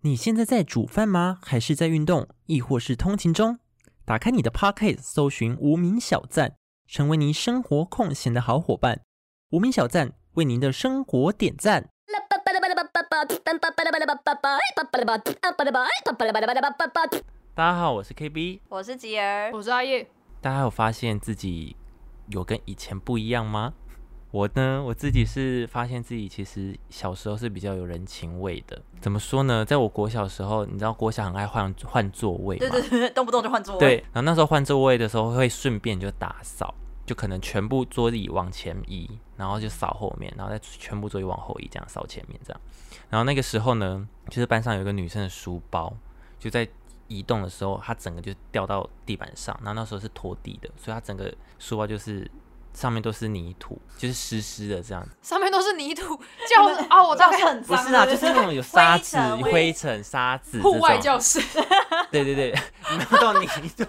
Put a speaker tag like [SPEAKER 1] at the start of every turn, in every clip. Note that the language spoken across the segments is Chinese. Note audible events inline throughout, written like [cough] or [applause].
[SPEAKER 1] 你现在在煮饭吗？还是在运动，亦或是通勤中？打开你的 Pocket，搜寻“无名小站”，成为您生活空闲的好伙伴。无名小站为您的生活点赞。大家好，我是 KB。
[SPEAKER 2] 我是吉儿，
[SPEAKER 3] 我是阿叶，
[SPEAKER 1] 大家有发现自己有跟以前不一样吗？我呢，我自己是发现自己其实小时候是比较有人情味的。怎么说呢？在我国小时候，你知道国小很爱换换座位嘛？
[SPEAKER 2] 对对对，动不动就换座
[SPEAKER 1] 对
[SPEAKER 2] 位，，
[SPEAKER 1] 然后那时候换座位的时候会顺便就打扫，就可能全部桌椅往前移，然后就扫后面，然后再全部桌椅往后移，这样扫前面这样。然后那个时候呢，就是班上有一个女生的书包，就在移动的时候，她整个就掉到地板上。然后那时候是拖地的，所以她整个书包就是上面都是泥土，就是湿湿的这样。
[SPEAKER 3] 上面都是泥土，教啊，我
[SPEAKER 2] 教
[SPEAKER 3] 大
[SPEAKER 2] 室
[SPEAKER 3] 概
[SPEAKER 2] 很
[SPEAKER 1] 不
[SPEAKER 2] 脏，
[SPEAKER 1] 是啊，就是那种有沙子、
[SPEAKER 2] 灰尘
[SPEAKER 1] 灰尘、沙子。
[SPEAKER 3] 户外教室，
[SPEAKER 2] [laughs]
[SPEAKER 1] 对对对，没有到泥
[SPEAKER 3] [laughs]
[SPEAKER 1] 土，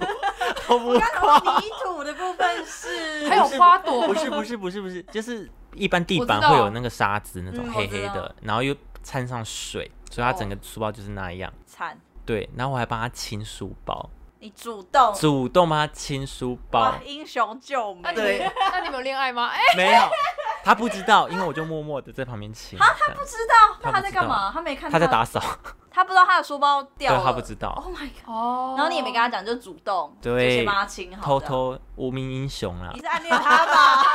[SPEAKER 1] 好不夸张
[SPEAKER 2] 泥土的部分是
[SPEAKER 3] 还有花朵
[SPEAKER 1] 不，是不是不是不是，就是一般地
[SPEAKER 3] 我知
[SPEAKER 1] 板
[SPEAKER 3] 道
[SPEAKER 1] 会有那个沙子那种
[SPEAKER 2] 嗯
[SPEAKER 1] 黑
[SPEAKER 2] 我知
[SPEAKER 1] 黑的
[SPEAKER 2] 道，
[SPEAKER 1] 然后又掺上水，所以它整
[SPEAKER 2] 哦
[SPEAKER 1] 个书包就是那样。
[SPEAKER 2] 惨，
[SPEAKER 1] 对，然后我还帮他清书包，
[SPEAKER 2] 你主动
[SPEAKER 1] 主动帮他清书包
[SPEAKER 2] 哇，，英雄救美
[SPEAKER 3] 那，你
[SPEAKER 1] 对
[SPEAKER 3] 们那你们有恋爱吗？哎、
[SPEAKER 1] [laughs] 没有，他不知道，因为我就默默的在旁边清。这样
[SPEAKER 2] 不知道
[SPEAKER 1] 他不
[SPEAKER 2] 那啊他
[SPEAKER 1] 知
[SPEAKER 2] 在
[SPEAKER 1] 道
[SPEAKER 2] 干嘛？他没看到，
[SPEAKER 1] 他在打扫，
[SPEAKER 2] 他不知道他的书包
[SPEAKER 1] 对
[SPEAKER 2] 掉了，
[SPEAKER 1] 他不知道，
[SPEAKER 2] ，Oh my god！
[SPEAKER 3] 哦
[SPEAKER 2] 然后你也没跟他讲，就主动，
[SPEAKER 1] 对
[SPEAKER 2] 就先帮他清好，
[SPEAKER 1] 偷
[SPEAKER 2] 这样，
[SPEAKER 1] 偷无名英雄啊啦
[SPEAKER 2] 你，是暗恋他
[SPEAKER 1] [laughs]
[SPEAKER 2] 吧？，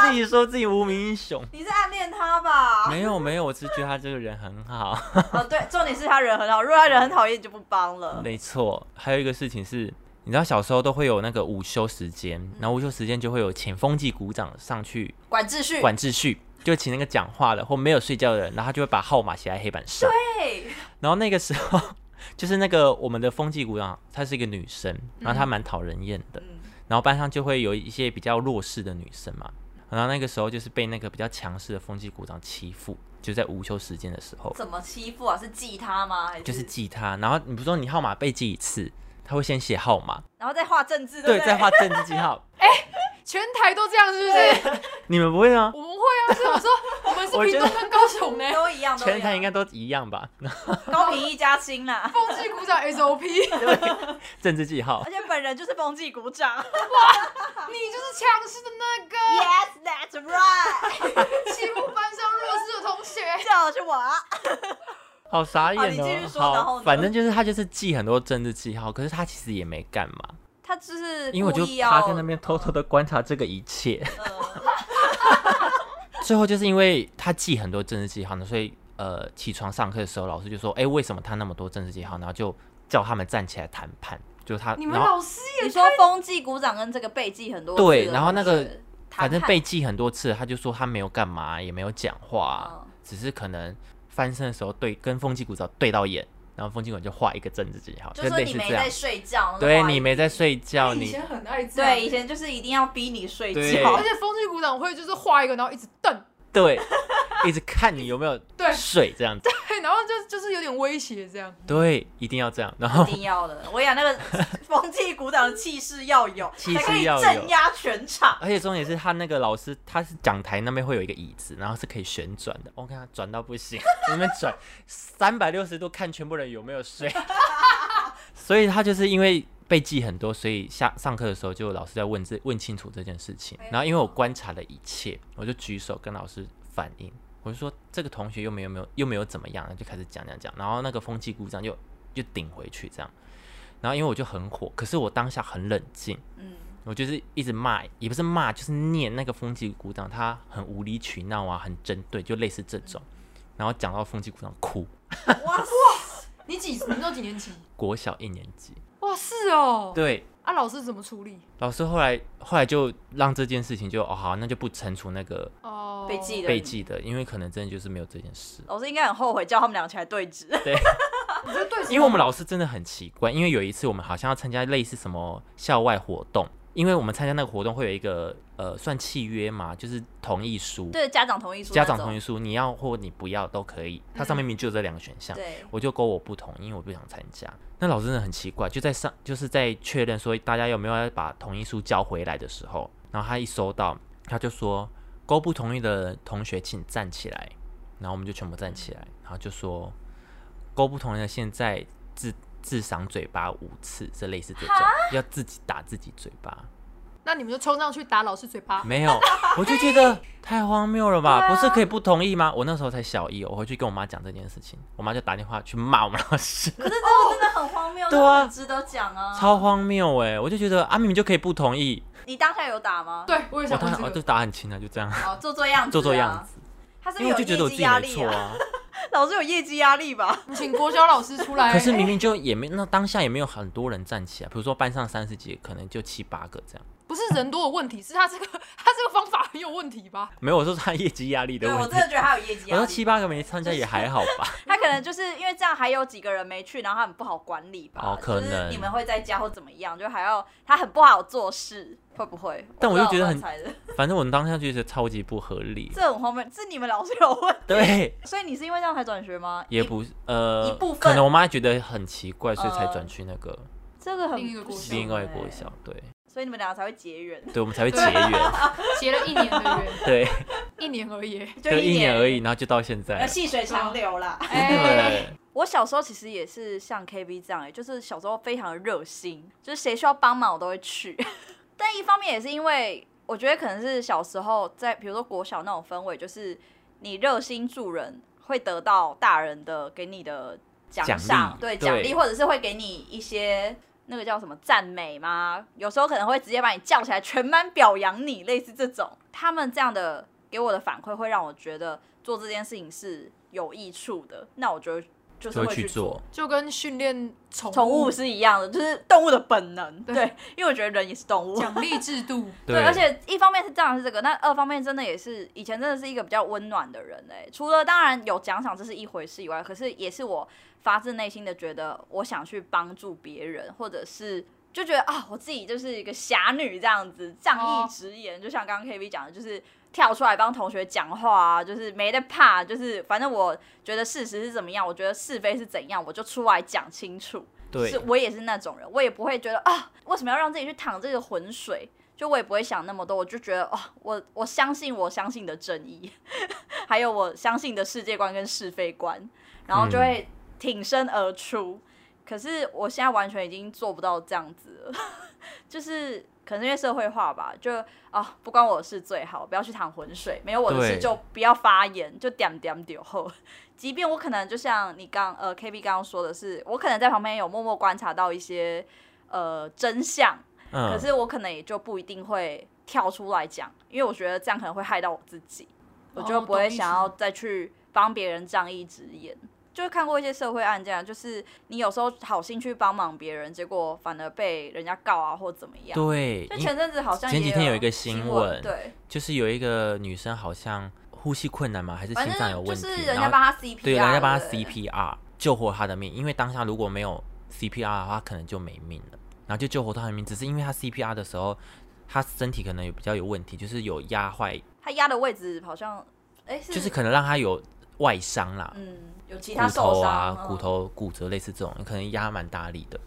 [SPEAKER 1] 自己说自己无名英雄
[SPEAKER 2] 你是暗恋他吧？
[SPEAKER 1] 没有没有，我只是觉得他这个人很好。
[SPEAKER 2] 哦，对，重点是他人很好，如果他人很讨厌，你就不帮了。
[SPEAKER 1] 没错，还有一个事情是，你知道小时候都会有那个午休时间，
[SPEAKER 2] 嗯
[SPEAKER 1] 然后午休时间就会有请风纪股长上去
[SPEAKER 2] 管秩序，
[SPEAKER 1] 管秩序，就请那个讲话的或没有睡觉的人，然后他就会把号码写在黑板上。
[SPEAKER 2] 对，
[SPEAKER 1] 然后那个时候， [laughs] 就是那个我们的风纪股长，她是一个女生，然后她蛮讨人厌的，
[SPEAKER 2] 嗯，
[SPEAKER 1] 然后班上就会有一些比较弱势的女生嘛。然后那个时候就是被那个比较强势的风纪股长欺负，就在午休时间的时候，
[SPEAKER 2] 怎么欺负啊？是记他吗？还
[SPEAKER 1] 就是记他。然后你不是说你号码被记一次，他会先写号码，
[SPEAKER 2] 然后再画政治，
[SPEAKER 1] 对，
[SPEAKER 2] 不
[SPEAKER 1] 再
[SPEAKER 2] 对？
[SPEAKER 1] 画政治记
[SPEAKER 2] [laughs]
[SPEAKER 1] 号。
[SPEAKER 3] 全台都这样，是不是？
[SPEAKER 1] 你们不会吗？
[SPEAKER 3] 我们会啊，所以我说我们是
[SPEAKER 1] 我觉
[SPEAKER 3] 屏
[SPEAKER 1] 得
[SPEAKER 3] 东跟高雄欸呢。
[SPEAKER 2] 都一样，都一
[SPEAKER 1] 全台
[SPEAKER 2] 样
[SPEAKER 1] 应该都一样吧？ [laughs]
[SPEAKER 2] 高平一家亲啦。
[SPEAKER 3] 风纪鼓掌 SOP，你就
[SPEAKER 1] 政治记号
[SPEAKER 2] 而，且本人就是风纪鼓掌。
[SPEAKER 3] 是强势的那个，
[SPEAKER 2] yes, that's right，
[SPEAKER 3] 欺负班上弱势的同学。
[SPEAKER 2] 就是我。
[SPEAKER 1] 好傻
[SPEAKER 2] 好
[SPEAKER 1] 眼
[SPEAKER 2] 你继续
[SPEAKER 1] 哦。
[SPEAKER 2] 说然后呢
[SPEAKER 1] 反正就是他就是记很多政治记号，可是他其实也没干嘛，
[SPEAKER 2] 他就是
[SPEAKER 1] 因为我就
[SPEAKER 2] 故意要
[SPEAKER 1] 趴在那边偷偷的观察这个一切。
[SPEAKER 2] [laughs] 呃
[SPEAKER 1] 最后就是因为他记很多政治记号呢，所以呃起床上课的时候，老师就说：“哎、为什么他那么多政治记号？”然后就叫他们站起来谈判。就他，
[SPEAKER 3] 你们
[SPEAKER 1] 然后
[SPEAKER 3] 老师也
[SPEAKER 2] 你说风纪鼓掌跟这个背记很多次的
[SPEAKER 1] 对然后那个
[SPEAKER 2] 同学
[SPEAKER 1] 反正
[SPEAKER 2] 谈判
[SPEAKER 1] 被记很多次，他就说他没有干嘛，也没有讲话、
[SPEAKER 2] 嗯
[SPEAKER 1] 只是可能翻身的时候对跟风纪股长对到眼，然后风纪股长就画一个政治记号，
[SPEAKER 2] 就说
[SPEAKER 1] 类
[SPEAKER 2] 你
[SPEAKER 1] 似
[SPEAKER 2] 没
[SPEAKER 1] 这样
[SPEAKER 2] 在。睡觉，
[SPEAKER 1] 对
[SPEAKER 2] 那个话
[SPEAKER 1] 你没在睡觉，
[SPEAKER 2] [laughs]
[SPEAKER 3] 以
[SPEAKER 1] 你
[SPEAKER 3] 前很爱这样，
[SPEAKER 2] 对以前就是一定要逼你睡
[SPEAKER 1] 对
[SPEAKER 2] 觉
[SPEAKER 3] 而。且风纪鼓掌会就是画一个，然后一直瞪，
[SPEAKER 1] 对一直看你有
[SPEAKER 2] [laughs]
[SPEAKER 1] 没有
[SPEAKER 3] 对
[SPEAKER 1] 睡这样子，
[SPEAKER 3] 嘿然后就就是有点威胁这样。
[SPEAKER 1] 对，一定要这样。然
[SPEAKER 2] 一
[SPEAKER 1] 后
[SPEAKER 2] 定要的，我讲那
[SPEAKER 1] [laughs]
[SPEAKER 2] 个风纪鼓掌的气势要有，
[SPEAKER 1] 气势
[SPEAKER 2] 才可以
[SPEAKER 1] 要有
[SPEAKER 2] 镇压全场。
[SPEAKER 1] 而且重点是他那个老师，他是讲台那边会有一个椅子，然后是可以旋转的。我看他转到不行，你们转三百六十度看全部人有没有睡。所以他就是因为被记很多，所以下上课的时候就老师在问这问清楚这件事情。然后因为我观察了一切，我就举手跟老师反映，我就说这个同学又没有没有又没有怎么样，就开始讲讲讲。然后那个风纪鼓掌就就顶回去这样。然后因为我就很火，可是我当下很冷静。
[SPEAKER 2] 嗯，
[SPEAKER 1] 我就是一直骂，也不是骂，就是念那个风纪鼓掌，他很无理取闹啊，很针对，就类似这种。然后讲到风纪鼓掌哭，
[SPEAKER 2] 哇塞，
[SPEAKER 3] 你几你都几年级？
[SPEAKER 1] 国小一年级，
[SPEAKER 3] 哇，是哦。
[SPEAKER 1] 对，
[SPEAKER 3] 啊，老师怎么处理？
[SPEAKER 1] 老师后来后来就让这件事情就哦好，那就不惩处那个
[SPEAKER 3] 哦，
[SPEAKER 2] 被记的
[SPEAKER 1] 被记的，因为可能真的就是没有这件事。
[SPEAKER 2] 老师应该很后悔叫他们俩起来对峙。 [laughs]
[SPEAKER 1] 对，
[SPEAKER 3] 你觉得对什么，
[SPEAKER 1] 因为我们老师真的很奇怪，因为有一次我们好像要参加类似什么校外活动，因为我们参加那个活动会有一个呃算契约嘛，就是同意书，
[SPEAKER 2] 对，家长同意书那
[SPEAKER 1] 家
[SPEAKER 2] 种，
[SPEAKER 1] 长同意书，你要或你不要都可以，它上面明明就有这两个选项。
[SPEAKER 2] 对，
[SPEAKER 1] 我就勾我不同意，因为我不想参加。那老师真的很奇怪，就在上就是在确认说大家有没有要把同意书交回来的时候，然后他一收到，他就说
[SPEAKER 3] 嗯
[SPEAKER 1] 勾不同意的同学请站起来，然后我们就全部站起来，然后就说勾不同人的线在自自赏嘴巴五次，这类似这种，要自己打自己嘴巴。
[SPEAKER 3] 那你们就冲上去打老师嘴巴。
[SPEAKER 1] 没有，我就觉得太荒谬了吧？
[SPEAKER 3] 对啊
[SPEAKER 1] 不是可以不同意吗？我那时候才小一哦，我回去跟我妈讲这件事情，我妈就打电话去骂我们老师，
[SPEAKER 2] 可是这个真的很荒谬，
[SPEAKER 1] 对啊
[SPEAKER 2] 这很值得讲啊。
[SPEAKER 1] 超荒谬哎！我就觉得啊，明明就可以不同意，
[SPEAKER 2] 你当下有打吗？，
[SPEAKER 3] 对，我
[SPEAKER 1] 我
[SPEAKER 3] 也想
[SPEAKER 1] 当
[SPEAKER 3] 问
[SPEAKER 1] 然我
[SPEAKER 3] 这
[SPEAKER 1] 就
[SPEAKER 3] 个。
[SPEAKER 1] 打很轻啊，就这样
[SPEAKER 2] 哦，做做样子，
[SPEAKER 1] 做做样。子，
[SPEAKER 2] 他是不
[SPEAKER 1] 因
[SPEAKER 2] 是
[SPEAKER 1] 为我
[SPEAKER 2] 有
[SPEAKER 1] 就觉得我
[SPEAKER 2] 业
[SPEAKER 1] 自
[SPEAKER 2] 绩
[SPEAKER 1] 己
[SPEAKER 2] 压
[SPEAKER 1] 没
[SPEAKER 2] 力
[SPEAKER 1] 错
[SPEAKER 2] 啊？
[SPEAKER 1] 啊。
[SPEAKER 2] [laughs] 老师有业绩压力吧？
[SPEAKER 3] 请国小老师出来。
[SPEAKER 1] [laughs]
[SPEAKER 3] 哎
[SPEAKER 1] 可是明明就也没那当下也没有很多人站起来，比如说班上三十几个，可能就七八个这样。
[SPEAKER 3] 不是人多的问题，是他这个他这个方法很有问题吧？
[SPEAKER 1] 没有，我说他业绩压力的
[SPEAKER 2] 对，我
[SPEAKER 1] 问
[SPEAKER 2] 真的
[SPEAKER 1] 题。
[SPEAKER 2] 觉得他有业绩
[SPEAKER 1] 我
[SPEAKER 2] 压
[SPEAKER 1] 说
[SPEAKER 2] 力。
[SPEAKER 1] 七八个没参加也还好吧。
[SPEAKER 2] 他可能就是因为这样，还有几个人没去，然后他很不好管理吧？
[SPEAKER 1] 哦可能
[SPEAKER 2] 就是你们会在家或怎么样，就还要他很不好做事，会不会？
[SPEAKER 1] 但我
[SPEAKER 2] 不知
[SPEAKER 1] 就
[SPEAKER 2] 道
[SPEAKER 1] 觉得
[SPEAKER 2] 乱
[SPEAKER 1] 很
[SPEAKER 2] 猜的
[SPEAKER 1] 反正我当下就觉得超级不合理。
[SPEAKER 2] [laughs] 这很荒谬，是你们老师有问， [laughs]
[SPEAKER 1] 对，
[SPEAKER 2] 所以你是因为这样才转学吗？
[SPEAKER 1] 也
[SPEAKER 2] 你
[SPEAKER 1] 不呃，
[SPEAKER 2] 一部分
[SPEAKER 1] 可能我妈觉得很奇怪，所以才
[SPEAKER 2] 呃
[SPEAKER 1] 转去那个
[SPEAKER 2] 这个很
[SPEAKER 3] 另一个国小
[SPEAKER 1] 另外
[SPEAKER 2] 不行欸
[SPEAKER 1] 国小。对，
[SPEAKER 2] 所以你们两个才会结缘，
[SPEAKER 1] 对我们才会结
[SPEAKER 3] 对
[SPEAKER 1] 缘。
[SPEAKER 3] 结了一年的缘，
[SPEAKER 1] 对，
[SPEAKER 3] [laughs] 一年而已。
[SPEAKER 2] [laughs] 就
[SPEAKER 1] 就一年而
[SPEAKER 2] 已，
[SPEAKER 1] 已，然后就到现
[SPEAKER 2] 呃
[SPEAKER 1] 在。
[SPEAKER 2] 细水长流啦。
[SPEAKER 3] 哎，
[SPEAKER 1] 对，
[SPEAKER 2] 我小时候其实也是像 KB 这样、欸，就是小时候非常的热心，就是谁需要帮忙我都会去。 [laughs] 但一方面也是因为我觉得可能是小时候在比如说国小那种氛围，就是你热心助人会得到大人的给你的奖
[SPEAKER 1] 奖
[SPEAKER 2] 赏
[SPEAKER 1] 励，
[SPEAKER 2] 对
[SPEAKER 1] 对
[SPEAKER 2] 奖励，或者是会给你一些。那个叫什么赞美吗？有时候可能会直接把你叫起来，全班表扬你，类似这种。他们这样的给我的反馈，会让我觉得做这件事情是有益处的。那我就就是
[SPEAKER 1] 就
[SPEAKER 2] 会
[SPEAKER 1] 会去
[SPEAKER 2] 做
[SPEAKER 1] 做。。
[SPEAKER 3] 就跟训练宠
[SPEAKER 2] 宠物是一样的，就是动物的本能，
[SPEAKER 3] 对
[SPEAKER 2] 对，因为我觉得人也是动物，
[SPEAKER 3] 奖励制度，
[SPEAKER 2] 对，而且一方面是当然是这个，那二方面真的也是以前真的是一个比较温暖的人哎、除了当然有奖赏这是一回事以外，可是也是我发自内心的觉得我想去帮助别人，或者是。就觉得啊、我自己就是一个侠女这样子，仗义
[SPEAKER 3] 哦
[SPEAKER 2] 直言就像刚刚 K V 讲的，就是跳出来帮同学讲话啊，就是没得怕，就是反正我觉得事实是怎么样，我觉得是非是怎样，我就出来讲清楚。
[SPEAKER 1] 对
[SPEAKER 2] 是我也是那种人，我也不会觉得啊，为什么要让自己去淌这个浑水？就我也不会想那么多，我就觉得哦，我我相信我相信的正义， [laughs] 还有我相信的世界观跟是非观，然后就会挺身而出。可是我现在完全已经做不到这样子了，就是可能因为社会化吧，就啊不关我的事最好，不要去淌浑水，没有我的
[SPEAKER 1] 对
[SPEAKER 2] 事就不要发言，就点点点后。 [laughs] 即便我可能就像你刚呃 K B 刚刚说的是，我可能在旁边有默默观察到一些呃真相，可
[SPEAKER 1] 嗯，
[SPEAKER 2] 是我可能也就不一定会跳出来讲，因为我觉得这样可能会害到我自己，我
[SPEAKER 3] 哦
[SPEAKER 2] 就不会想要再去帮别人仗义直言。就是看过一些社会案件啊，就是你有时候好心去帮忙别人，结果反而被人家告啊，或怎么样。
[SPEAKER 1] 对，
[SPEAKER 2] 就
[SPEAKER 1] 因
[SPEAKER 2] 前阵子好像
[SPEAKER 1] 前
[SPEAKER 2] 也
[SPEAKER 1] 几天有一个
[SPEAKER 2] 新
[SPEAKER 1] 新
[SPEAKER 2] 闻，
[SPEAKER 1] 闻
[SPEAKER 2] 对，
[SPEAKER 1] 就是有一个女生好像呼吸困难嘛，还是
[SPEAKER 2] 反
[SPEAKER 1] 心脏有
[SPEAKER 2] 正就
[SPEAKER 1] 问题，
[SPEAKER 2] 是人家
[SPEAKER 1] 然
[SPEAKER 2] 帮
[SPEAKER 1] 后
[SPEAKER 2] 他 CPR，
[SPEAKER 1] 对，人家帮她
[SPEAKER 2] 对不对
[SPEAKER 1] CPR 救活她的命，因为当下如果没有 CPR 的话，可能就没命了。然后就救活她的命，只是因为她 CPR 的时候，她身体可能有比较有问题，就是有压坏，
[SPEAKER 2] 他压的位置好像，哎、是
[SPEAKER 1] 就是可能让她有外伤啦，
[SPEAKER 2] 嗯，有其他
[SPEAKER 1] 骨
[SPEAKER 2] 受
[SPEAKER 1] 头
[SPEAKER 2] 伤
[SPEAKER 1] 啊、
[SPEAKER 2] 嗯
[SPEAKER 1] 骨头骨折类似这种，可能压蛮大力的。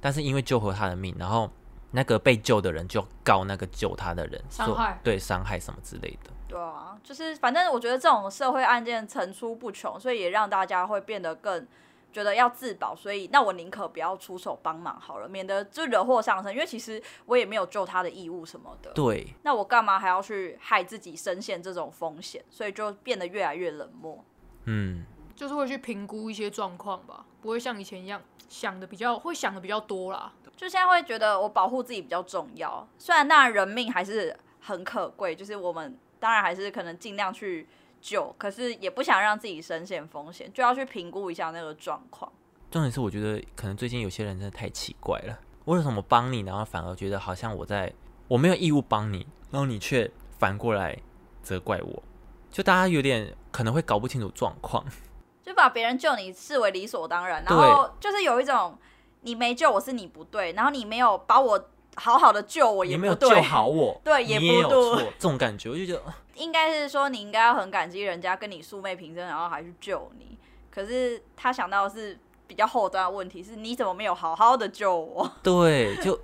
[SPEAKER 1] 但是因为救活她的命，然后那个被救的人就要告那个救她的人
[SPEAKER 3] 伤
[SPEAKER 1] 说
[SPEAKER 3] 害
[SPEAKER 1] 对伤害什么之类的。
[SPEAKER 2] 对啊，就是反正我觉得这种社会案件层出不穷，所以也让大家会变得更觉得要自保，所以那我宁可不要出手帮忙好了，免得就惹祸上身。因为其实我也没有救他的义务什么的，
[SPEAKER 1] 对，
[SPEAKER 2] 那我干嘛还要去害自己深陷这种风险？所以就变得越来越冷漠。
[SPEAKER 1] 嗯，
[SPEAKER 3] 就是会去评估一些状况吧，不会像以前一样想的比较会想的比较多啦。
[SPEAKER 2] 就现在会觉得我保护自己比较重要，虽然当然人命还是很可贵，就是我们当然还是可能尽量去救，可是也不想让自己深陷风险，就要去评估一下那个状况。
[SPEAKER 1] 重点是我觉得可能最近有些人真的太奇怪了，为什么帮你，然后反而觉得好像我在我没有义务帮你，然后你却反过来责怪我，就大家有点可能会搞不清楚状况。
[SPEAKER 2] 哦就把别人救你视为理所当然，然
[SPEAKER 1] 对
[SPEAKER 2] 后就是有一种你没救我是你不对，然后你没有把我好好的救我也
[SPEAKER 1] 你
[SPEAKER 2] 不
[SPEAKER 1] 没
[SPEAKER 2] 对，
[SPEAKER 1] 有救好我，
[SPEAKER 2] 对
[SPEAKER 1] 你
[SPEAKER 2] 也
[SPEAKER 1] 也
[SPEAKER 2] 不
[SPEAKER 1] 有
[SPEAKER 2] 对
[SPEAKER 1] 错，
[SPEAKER 2] [laughs]
[SPEAKER 1] 这种感觉我就觉得
[SPEAKER 2] 应该是说你应该要很感激人家跟你素昧平生，然后还去救你。可是他想到的是比较后端的问题，是你怎么没有好好的救我？
[SPEAKER 1] 对，
[SPEAKER 2] [laughs]
[SPEAKER 1] 就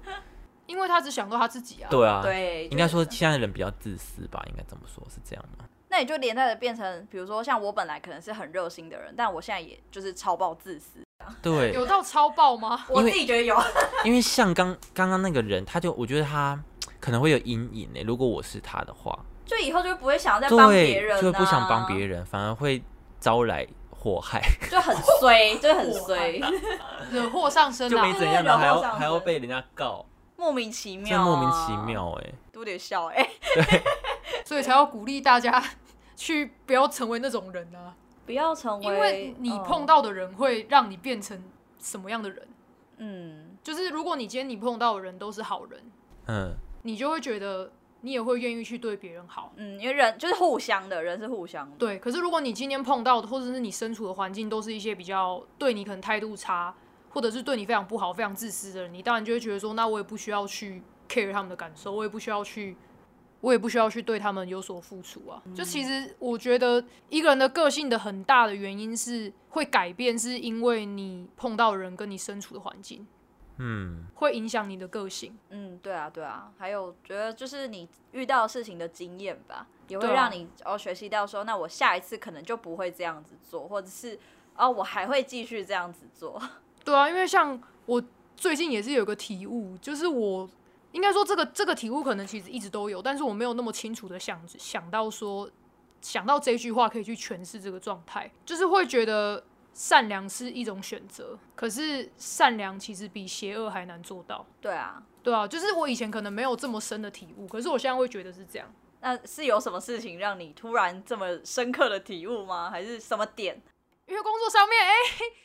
[SPEAKER 3] 因为他只想到他自己啊。
[SPEAKER 1] 对啊，
[SPEAKER 2] 对，
[SPEAKER 1] 应该说现在人比较自私吧，应该这么说是这样吗？
[SPEAKER 2] 那也就连带的变成，比如说像我本来可能是很热心的人，但我现在也就是超爆自私。
[SPEAKER 1] 对，
[SPEAKER 3] 有到超爆吗？
[SPEAKER 2] 我
[SPEAKER 1] 因为
[SPEAKER 2] 自己觉得有，
[SPEAKER 1] 因为像刚刚刚那个人，他就我觉得他可能会有阴影诶、如果我是他的话，
[SPEAKER 2] [laughs] 就以后就不会想要再帮别
[SPEAKER 1] 对
[SPEAKER 2] 人、，啊，
[SPEAKER 1] 就会不想帮别人，反而会招来祸害，
[SPEAKER 2] 就很衰，就很衰，
[SPEAKER 3] 惹祸上身
[SPEAKER 1] [laughs]
[SPEAKER 3] 啊
[SPEAKER 1] 就
[SPEAKER 3] 啦
[SPEAKER 1] 没！怎样
[SPEAKER 2] 对对 [laughs]
[SPEAKER 1] 的，还要
[SPEAKER 2] 惹祸上身
[SPEAKER 1] 还要被人家告，
[SPEAKER 2] 莫名其
[SPEAKER 1] 真
[SPEAKER 2] 妙、啊
[SPEAKER 1] 的莫名其，妙哎、
[SPEAKER 2] 都得笑哎、
[SPEAKER 3] 所以才要鼓励大家 [laughs] 去不要成为那种人啊，
[SPEAKER 2] 不要成为，
[SPEAKER 3] 因为你碰
[SPEAKER 2] 嗯
[SPEAKER 3] 到的人会让你变成什么样的人？
[SPEAKER 2] 嗯
[SPEAKER 3] 就是如果你今天你碰到的人都是好人，
[SPEAKER 1] 嗯，
[SPEAKER 3] 你就会觉得你也会愿意去对别人好。
[SPEAKER 2] 嗯，因为人就是互相的，人是互相的，
[SPEAKER 3] 对，可是如果你今天碰到的，或者是你身处的环境，都是一些比较对你可能态度差，或者是对你非常不好、非常自私的人，你当然就会觉得说，那我也不需要去 care 他们的感受，我也不需要去，我也不需要去对他们有所付出啊。就其实我觉得一个人的个性的很大的原因是会改变，是因为你碰到的人跟你身处的环境
[SPEAKER 1] 嗯，
[SPEAKER 3] 会影响你的个性。
[SPEAKER 2] 嗯，对啊，对啊，还有觉得就是你遇到事情的经验吧，也会
[SPEAKER 3] 对啊
[SPEAKER 2] 让你、哦学习到说，那我下一次可能就不会这样子做，或者是哦我还会继续这样子做， [laughs]
[SPEAKER 3] 对啊，因为像我最近也是有个体悟，就是我应该说这个这个体悟可能其实一直都有，但是我没有那么清楚的想想到说想到这句话可以去诠释这个状态，就是会觉得善良是一种选择，可是善良其实比邪恶还难做到。
[SPEAKER 2] 对啊，
[SPEAKER 3] 对啊，就是我以前可能没有这么深的体悟，可是我现在会觉得是这样。
[SPEAKER 2] 那是有什么事情让你突然这么深刻的体悟吗？还是什么点
[SPEAKER 3] 因为工作上面，哎、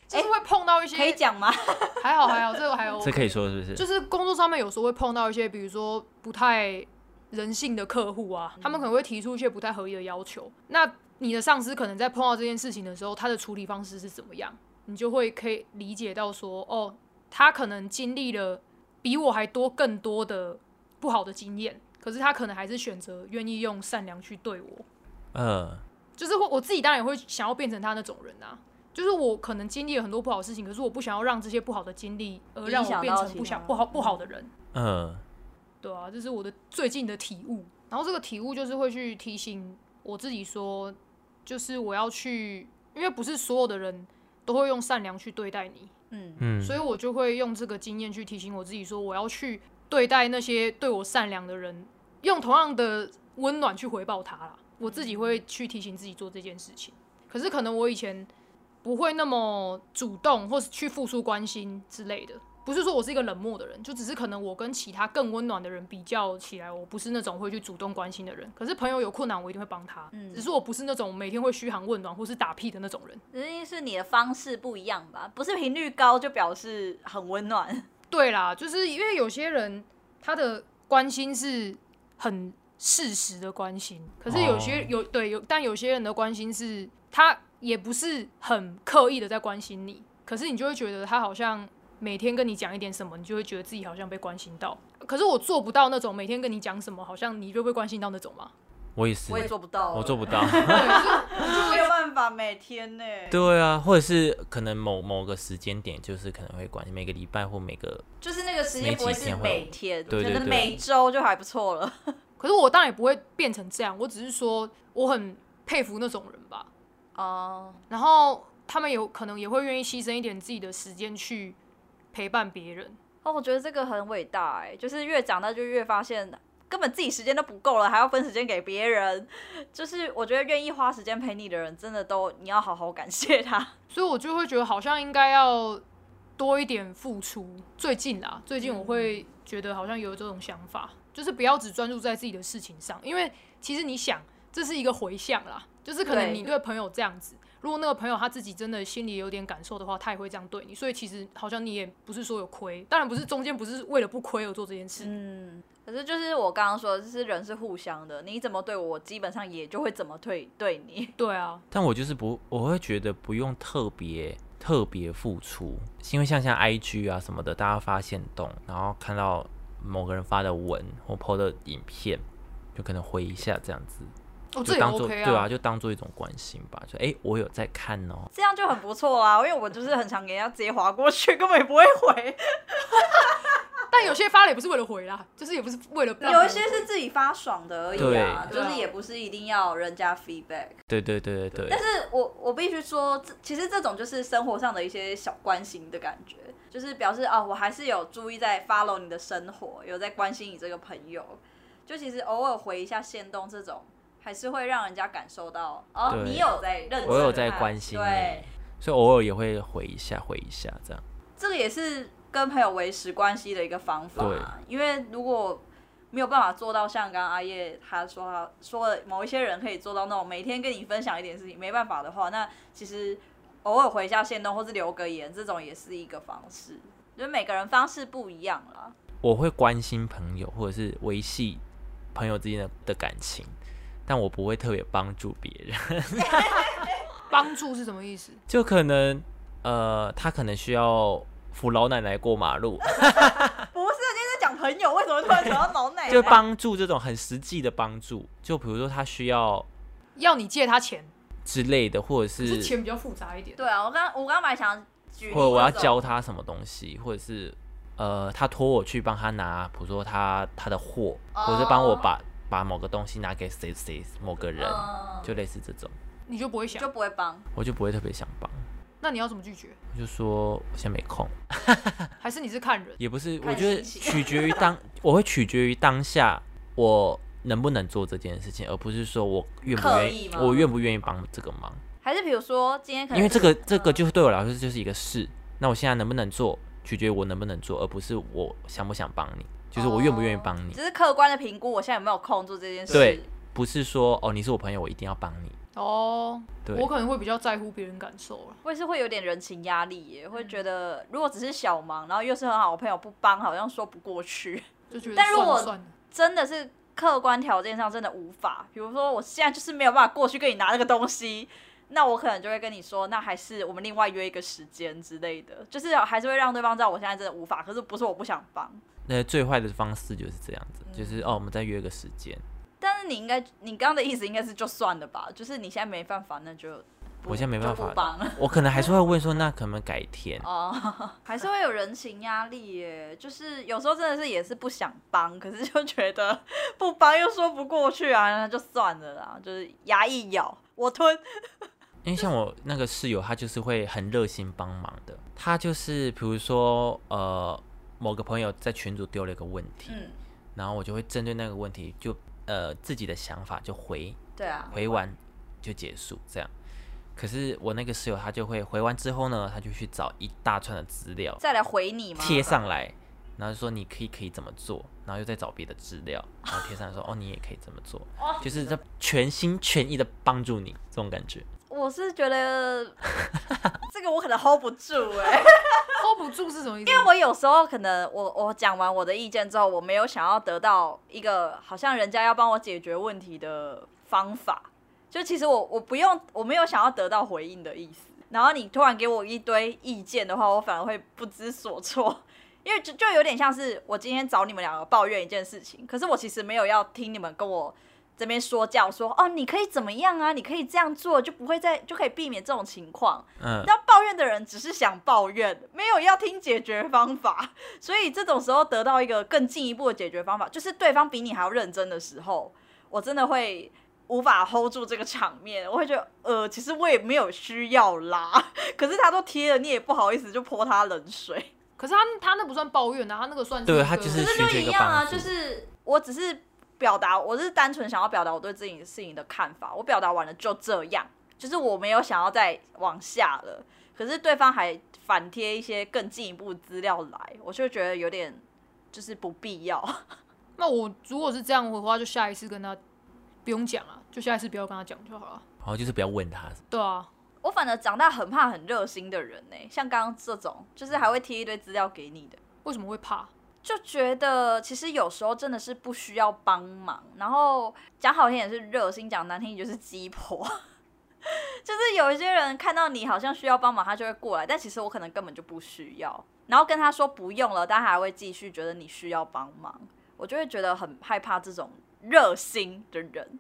[SPEAKER 3] 就是会碰到一些，
[SPEAKER 2] 可以讲吗？ [laughs]
[SPEAKER 3] 还好还好，这个还有
[SPEAKER 1] 这可以说是不是？
[SPEAKER 3] 就是工作上面有时候会碰到一些，比如说不太人性的客户啊，他们可能会提出一些不太合理的要求。那你的上司可能在碰到这件事情的时候，他的处理方式是怎么样，你就会可以理解到说，哦，他可能经历了比我还多更多的不好的经验，可是他可能还是选择愿意用善良去对我。
[SPEAKER 1] 呃，
[SPEAKER 3] 就是我我自己当然也会想要变成他那种人啊。就是我可能经历了很多不好的事情，可是我不想要让这些不好的经历而让
[SPEAKER 2] 影响
[SPEAKER 3] 我变
[SPEAKER 2] 到
[SPEAKER 3] 成
[SPEAKER 2] 其
[SPEAKER 3] 不
[SPEAKER 2] 他
[SPEAKER 3] 想
[SPEAKER 2] 人
[SPEAKER 3] 不好不好的人。
[SPEAKER 1] 嗯，
[SPEAKER 3] 对啊，这是我的最近的体悟。然后这个体悟就是会去提醒我自己说，就是我要去，因为不是所有的人都会用善良去对待你，
[SPEAKER 2] 嗯
[SPEAKER 1] 嗯，
[SPEAKER 3] 所以我就会用这个经验去提醒我自己说，我要去对待那些对我善良的人，用同样的温暖去回报他啦。我自己会去提醒自己做这件事情。可是可能我以前不会那么主动，或是去付出关心之类的。不是说我是一个冷漠的人，就只是可能我跟其他更温暖的人比较起来，我不是那种会去主动关心的人。可是朋友有困难，我一定会帮他。
[SPEAKER 2] 嗯
[SPEAKER 3] 只是我不是那种每天会嘘寒问暖或是打屁的那种人。
[SPEAKER 2] 只是是你的方式不一样吧，不是频率高就表示很温暖。
[SPEAKER 3] 对啦，就是因为有些人他的关心是很事实的关心，可是有些、
[SPEAKER 1] 哦
[SPEAKER 3] 有对有，但有些人的关心是他也不是很刻意的在关心你，可是你就会觉得他好像每天跟你讲一点什么，你就会觉得自己好像被关心到。可是我做不到那种每天跟你讲什么，好像你就被关心到那种 [laughs] 嘛。
[SPEAKER 1] 我也是
[SPEAKER 2] 我，也做不到，
[SPEAKER 1] 我做
[SPEAKER 2] [laughs]
[SPEAKER 1] 不到。
[SPEAKER 2] 到，没有办法每天呢、
[SPEAKER 1] 对啊，或者是可能某某个时间点，就是可能会管每个礼拜或每个，
[SPEAKER 2] 就是那个时间不会是每天，
[SPEAKER 1] 对对对
[SPEAKER 2] 可能每周就还不错了。
[SPEAKER 3] 可是我当然也不会变成这样，我只是说我很佩服那种人吧。
[SPEAKER 2] 哦，
[SPEAKER 3] 然后他们有可能也会愿意牺牲一点自己的时间去陪伴别人。
[SPEAKER 2] 哦，我觉得这个很伟大哎、就是越长大就越发现，根本自己时间都不够了，还要分时间给别人。就是我觉得愿意花时间陪你的人，真的都你要好好感谢他。 [laughs]
[SPEAKER 3] 所以我就会觉得好像应该要多一点付出。最近啦，最近我
[SPEAKER 1] 嗯
[SPEAKER 3] 会觉得好像有这种想法，就是不要只专注在自己的事情上，因为其实你想，这是一个回向啦，就是可能
[SPEAKER 2] 对
[SPEAKER 3] 你对朋友这样子。如果那个朋友他自己真的心里有点感受的话，他也会这样对你，所以其实好像你也不是说有亏，当然不是中间不是为了不亏而做这件事，
[SPEAKER 2] 嗯，可是就是我刚刚说的，就是人是互相的，你怎么对我，我基本上也就会怎么对对你。
[SPEAKER 3] 对啊，
[SPEAKER 1] 但我就是不，我会觉得不用特别特别付出，因为像像 IG 啊什么的，大家发现动，然后看到某个人发的文或 PO 的影片，就可能回一下这样子，
[SPEAKER 3] 哦这
[SPEAKER 1] 就
[SPEAKER 3] 也
[SPEAKER 1] 当做、
[SPEAKER 3] OK
[SPEAKER 1] 对啊，就当做一种关心吧，就哎、诶我有在看哦，
[SPEAKER 2] 这样就很不错啊，因为我就是很常给人家直接划过去，根本也不会回。
[SPEAKER 3] 但有些发了也不是为了回啦，就是也不是为了让
[SPEAKER 2] 有一些是自己发爽的而已啊，
[SPEAKER 3] 对
[SPEAKER 2] 就是也不是一定要人家 feedback。
[SPEAKER 1] 对对对对对，
[SPEAKER 2] 但是我我必须说，这其实这种就是生活上的一些小关心的感觉，就是表示啊，我还是有注意在 follow 你的生活，有在关心你这个朋友。就其实偶尔回一下线动这种，还是会让人家感受到哦，
[SPEAKER 1] 对
[SPEAKER 2] 你有在认真，
[SPEAKER 1] 我有在关心
[SPEAKER 2] 对
[SPEAKER 1] 你，，所以偶尔也会回一下回一下这样。
[SPEAKER 2] 这个也是跟朋友维持关系的一个方法啊
[SPEAKER 1] 对。
[SPEAKER 2] 因为如果没有办法做到像刚刚阿叶他说他说的某一些人可以做到那种每天跟你分享一点事情，没办法的话，那其实偶尔回一下线动或是留个言，这种也是一个方式。就是每个人方式不一样啦。
[SPEAKER 1] 我会关心朋友，或者是维系朋友之间的的感情，但我不会特别帮助别人。
[SPEAKER 3] 帮助是什么意思？
[SPEAKER 1] 就可能呃，他可能需要扶老奶奶过马
[SPEAKER 2] [laughs]
[SPEAKER 1] 路，
[SPEAKER 2] 不是，今天在讲朋友，为什么突然讲到老奶奶？
[SPEAKER 1] 就帮助这种很实际的帮助。就比如说他需要
[SPEAKER 3] 要你借他钱，
[SPEAKER 1] 之类的，或者
[SPEAKER 3] 可是
[SPEAKER 1] 是
[SPEAKER 3] 钱比较复杂一点。
[SPEAKER 2] 对啊，我刚我刚本来想举例
[SPEAKER 1] 或者我要
[SPEAKER 2] 这种
[SPEAKER 1] 教他什么东西，或者是呃，他托我去帮他拿，比如说他他的货，或者是帮我
[SPEAKER 2] 哦
[SPEAKER 1] 把把某个东西拿给谁谁某个人，
[SPEAKER 2] 嗯
[SPEAKER 1] 就类似这种，
[SPEAKER 3] 你就不会想
[SPEAKER 2] 就，不会帮。
[SPEAKER 1] 我就不会特别想帮，
[SPEAKER 3] 那你要怎么拒绝？
[SPEAKER 1] 我就说我现在没空。
[SPEAKER 3] 还是你是看人？
[SPEAKER 1] 也不是，
[SPEAKER 2] 看
[SPEAKER 1] 我觉得
[SPEAKER 2] 心情 [laughs]
[SPEAKER 1] 取决于当，我会取决于当下我能不能做这件事情，而不是说我愿不
[SPEAKER 2] 刻
[SPEAKER 1] 愿
[SPEAKER 2] 意
[SPEAKER 1] 意
[SPEAKER 2] 吗，
[SPEAKER 1] 我愿不愿意帮这个忙。
[SPEAKER 2] 还是比如说今天可能
[SPEAKER 1] 因为这个
[SPEAKER 2] 是
[SPEAKER 1] 这个就是对我来说就是一个事，那我现在能不能做，取决于我能不能做，而不是我想不想帮你，就是我愿不愿
[SPEAKER 2] 哦
[SPEAKER 1] 意帮你，
[SPEAKER 2] 只是客观的评估我现在有没有空做这件事。
[SPEAKER 1] 对不是说哦你是我朋友，我一定要帮你。
[SPEAKER 3] 哦，
[SPEAKER 1] 对，
[SPEAKER 3] 我可能会比较在乎别人感受了。
[SPEAKER 2] 我也是会有点人情压力耶，会觉得
[SPEAKER 1] 嗯
[SPEAKER 2] 如果只是小忙，然后又是很好的朋友不帮，好像说不过去。 [laughs]
[SPEAKER 3] 就觉得
[SPEAKER 2] 但如
[SPEAKER 3] 算
[SPEAKER 2] 果
[SPEAKER 3] 了算了，
[SPEAKER 2] 真的是客观条件上真的无法，比如说我现在就是没有办法过去跟你拿那个东西，那我可能就会跟你说，那还是我们另外约一个时间之类的，就是还是会让对方知道我现在真的无法，可是不是我不想帮。
[SPEAKER 1] 那最坏的方式就是这样子，
[SPEAKER 2] 嗯
[SPEAKER 1] 就是哦我们再约个时间，
[SPEAKER 2] 但是你应该，你刚刚的意思应该是就算了吧，就是你现在没办法，那就不
[SPEAKER 1] 我现在没办
[SPEAKER 2] 就
[SPEAKER 1] 法
[SPEAKER 2] 不帮了。
[SPEAKER 1] 我可能还是会问说那可不可以改天，
[SPEAKER 2] 哦， [laughs] 还是会有人情压力耶，就是有时候真的是也是不想帮，可是就觉得 [laughs] 不帮又说不过去啊，那就算了啦，就是牙一咬我吞。
[SPEAKER 1] 因为像我那个室友，他就是会很热心帮忙的。他就是比如说，呃，某个朋友在群组丢了一个问题，
[SPEAKER 2] 嗯，
[SPEAKER 1] 然后我就会针对那个问题，就呃自己的想法就回
[SPEAKER 2] 对啊，
[SPEAKER 1] 回完就结束这样。可是我那个室友他就会回完之后呢，他就去找一大串的资料
[SPEAKER 2] 再来回你嘛。
[SPEAKER 1] 贴上来，然后就说你可以可以怎么做，然后又再找别的资料，然后贴上来说哦你也可以这么做，
[SPEAKER 2] 哦
[SPEAKER 1] 就是在全心全意的帮助你这种感觉。
[SPEAKER 2] 我是觉得 [laughs] 这个我可能 hold 不住哎、
[SPEAKER 3] hold 不住是什么意思？
[SPEAKER 2] 因为我有时候可能我我讲完我的意见之后，我没有想要得到一个好像人家要帮我解决问题的方法，就其实我我不用我没有想要得到回应的意思。然后你突然给我一堆意见的话，我反而会不知所措，因为就就有点像是我今天找你们两个抱怨一件事情，可是我其实没有要听你们跟我这边说教说哦，你可以怎么样啊，你可以这样做，就不会再就可以避免这种情况。
[SPEAKER 1] 嗯，
[SPEAKER 2] 那抱怨的人只是想抱怨，没有要听解决方法， [laughs] 所以这种时候得到一个更进一步的解决方法，就是对方比你还要认真的时候，我真的会无法 hold 住这个场面，我会觉得呃，其实我也没有需要啦， [laughs] 可是他都贴了，你也不好意思就泼他冷水，
[SPEAKER 3] 可是他他那不算抱怨啊，他那个算是
[SPEAKER 1] 对
[SPEAKER 3] 一
[SPEAKER 1] 他
[SPEAKER 3] 个
[SPEAKER 1] 就是寻求一个帮助。
[SPEAKER 2] 啊是我只是表达，我是单纯想要表达我对自己事情的看法，我表达完了就这样，就是我没有想要再往下了。可是对方还反贴一些更进一步的资料来，我就觉得有点就是不必要。 [laughs]
[SPEAKER 3] 那我如果是这样的话，就下一次跟他不用讲了，就下一次不要跟他讲就好了。
[SPEAKER 1] 然后就是不要问他，
[SPEAKER 3] 对啊，
[SPEAKER 2] 我反而长大很怕很热心的人呢、欸像刚刚这种，就是还会贴一堆资料给你的，
[SPEAKER 3] 为什么会怕？
[SPEAKER 2] 就觉得其实有时候真的是不需要帮忙，然后讲好听也是热心，讲难听也就是鸡婆。 [laughs] 就是有一些人看到你好像需要帮忙，他就会过来，但其实我可能根本就不需要。然后跟他说不用了，但他还会继续觉得你需要帮忙，我就会觉得很害怕这种热心的人。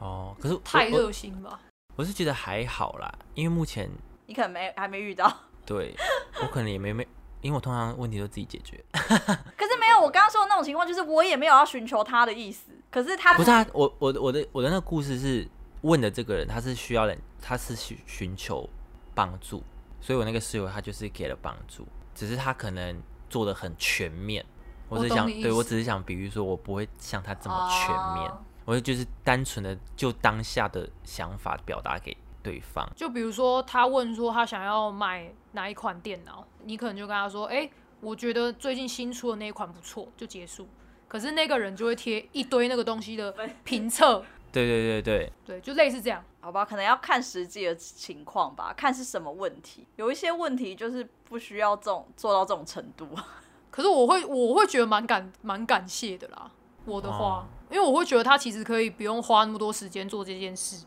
[SPEAKER 1] 哦，可是我
[SPEAKER 3] 太
[SPEAKER 1] 我
[SPEAKER 3] 热心吧？
[SPEAKER 1] 我是觉得还好啦，因为目前
[SPEAKER 2] 你可能没还没遇
[SPEAKER 1] [laughs]
[SPEAKER 2] 到， [laughs]
[SPEAKER 3] 啊
[SPEAKER 1] 对我可能也没没，因为我通常问题都自己解决。
[SPEAKER 2] 可是没有，我刚刚说的那种情况，就是我也没有要寻求他的意思，可是他
[SPEAKER 1] 不是啊，我我我的我的那个故事是问的这个人，他是需要人，他是寻寻求帮助，所以我那个室友他就是给了帮助，只是他可能做的很全面。我只是
[SPEAKER 3] 我懂
[SPEAKER 1] 想，
[SPEAKER 3] 你意
[SPEAKER 1] 对我
[SPEAKER 3] 思
[SPEAKER 1] 只是想，比喻说我不会像他这么全面，
[SPEAKER 2] 哦
[SPEAKER 1] 我会就是单纯的就当下的想法表达给对方。
[SPEAKER 3] 就比如说，他问说他想要买哪一款电脑，你可能就跟他说：“哎、我觉得最近新出的那一款不错。”就结束。可是那个人就会贴一堆那个东西的评测，
[SPEAKER 1] 对对对对，
[SPEAKER 3] 对，就类似这样。
[SPEAKER 2] 好吧，可能要看实际的情况吧，看是什么问题。有一些问题就是不需要这种做到这种程度。 [laughs]
[SPEAKER 3] 可是我会我会觉得蛮感蛮感谢的啦，我的话，
[SPEAKER 1] 哦
[SPEAKER 3] 因为我会觉得他其实可以不用花那么多时间做这件事，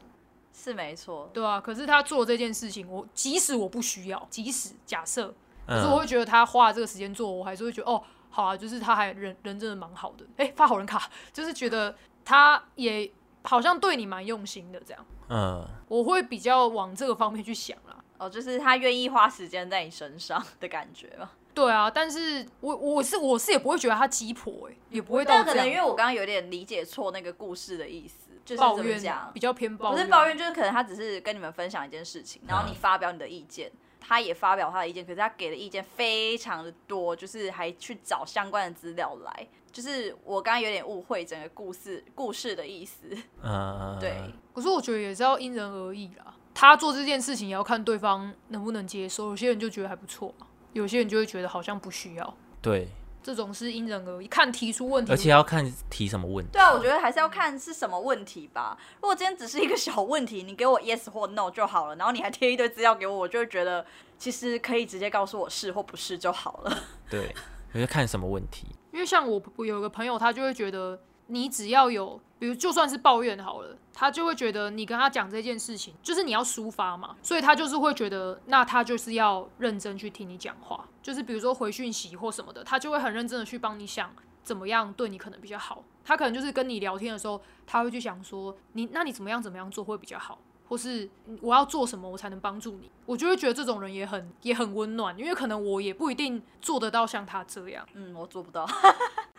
[SPEAKER 2] 是没错，
[SPEAKER 3] 对啊。可是他做这件事情，我即使我不需要，即使假设，可是我
[SPEAKER 1] 嗯，
[SPEAKER 3] 会觉得他花了这个时间做，我还是会觉得哦，好啊，就是他还人人真的蛮好的，哎、发好人卡，就是觉得他也好像对你蛮用心的这样，
[SPEAKER 1] 嗯，
[SPEAKER 3] 我会比较往这个方面去想啦。
[SPEAKER 2] 哦，就是他愿意花时间在你身上的感觉吧。
[SPEAKER 3] 对啊，但是我我是我是也不会觉得他鸡婆、欸，也不会到
[SPEAKER 2] 但可
[SPEAKER 3] 这
[SPEAKER 2] 能因为
[SPEAKER 3] 样
[SPEAKER 2] 我刚刚有点理解错那个故事的意思，就是
[SPEAKER 3] 抱
[SPEAKER 2] 怎么
[SPEAKER 3] 怨
[SPEAKER 2] 讲
[SPEAKER 3] 比，较偏抱
[SPEAKER 2] 不
[SPEAKER 3] 怨，嗯
[SPEAKER 2] 是抱怨，就是可能他只是跟你们分享一件事情，然后你发表你的意见。他也发表他的意见，可是他给的意见非常的多，就是还去找相关的资料来。就是我刚刚有点误会整个故事故事的意思，
[SPEAKER 1] 嗯，
[SPEAKER 2] 对，
[SPEAKER 3] 可是我觉得也是要因人而异啦。他做这件事情也要看对方能不能接受，有些人就觉得还不错嘛，有些人就会觉得好像不需要。
[SPEAKER 1] 对，
[SPEAKER 3] 这种是因人而异，看提出问题。
[SPEAKER 1] 而且要看提什么问题。
[SPEAKER 2] 对啊，我觉得还是要看是什么问题吧。如果今天只是一个小问题，你给我 yes 或 no 就好了，然后你还贴一堆资料给我，我就会觉得其实可以直接告诉我是或不是就好了。 [laughs]
[SPEAKER 1] 对，我就看什么问题。
[SPEAKER 3] 因为像我，我有一个朋友，他就会觉得你只要有，比如就算是抱怨好了，他就会觉得你跟他讲这件事情，就是你要抒发嘛，所以他就是会觉得，那他就是要认真去听你讲话，就是比如说回讯息或什么的，他就会很认真的去帮你想怎么样对你可能比较好。他可能就是跟你聊天的时候，他会去想说，你那你怎么样怎么样做会比较好。或是我要做什么我才能帮助你，我就会觉得这种人也很也很温暖，因为可能我也不一定做得到像他这样。
[SPEAKER 2] 嗯，我做不到。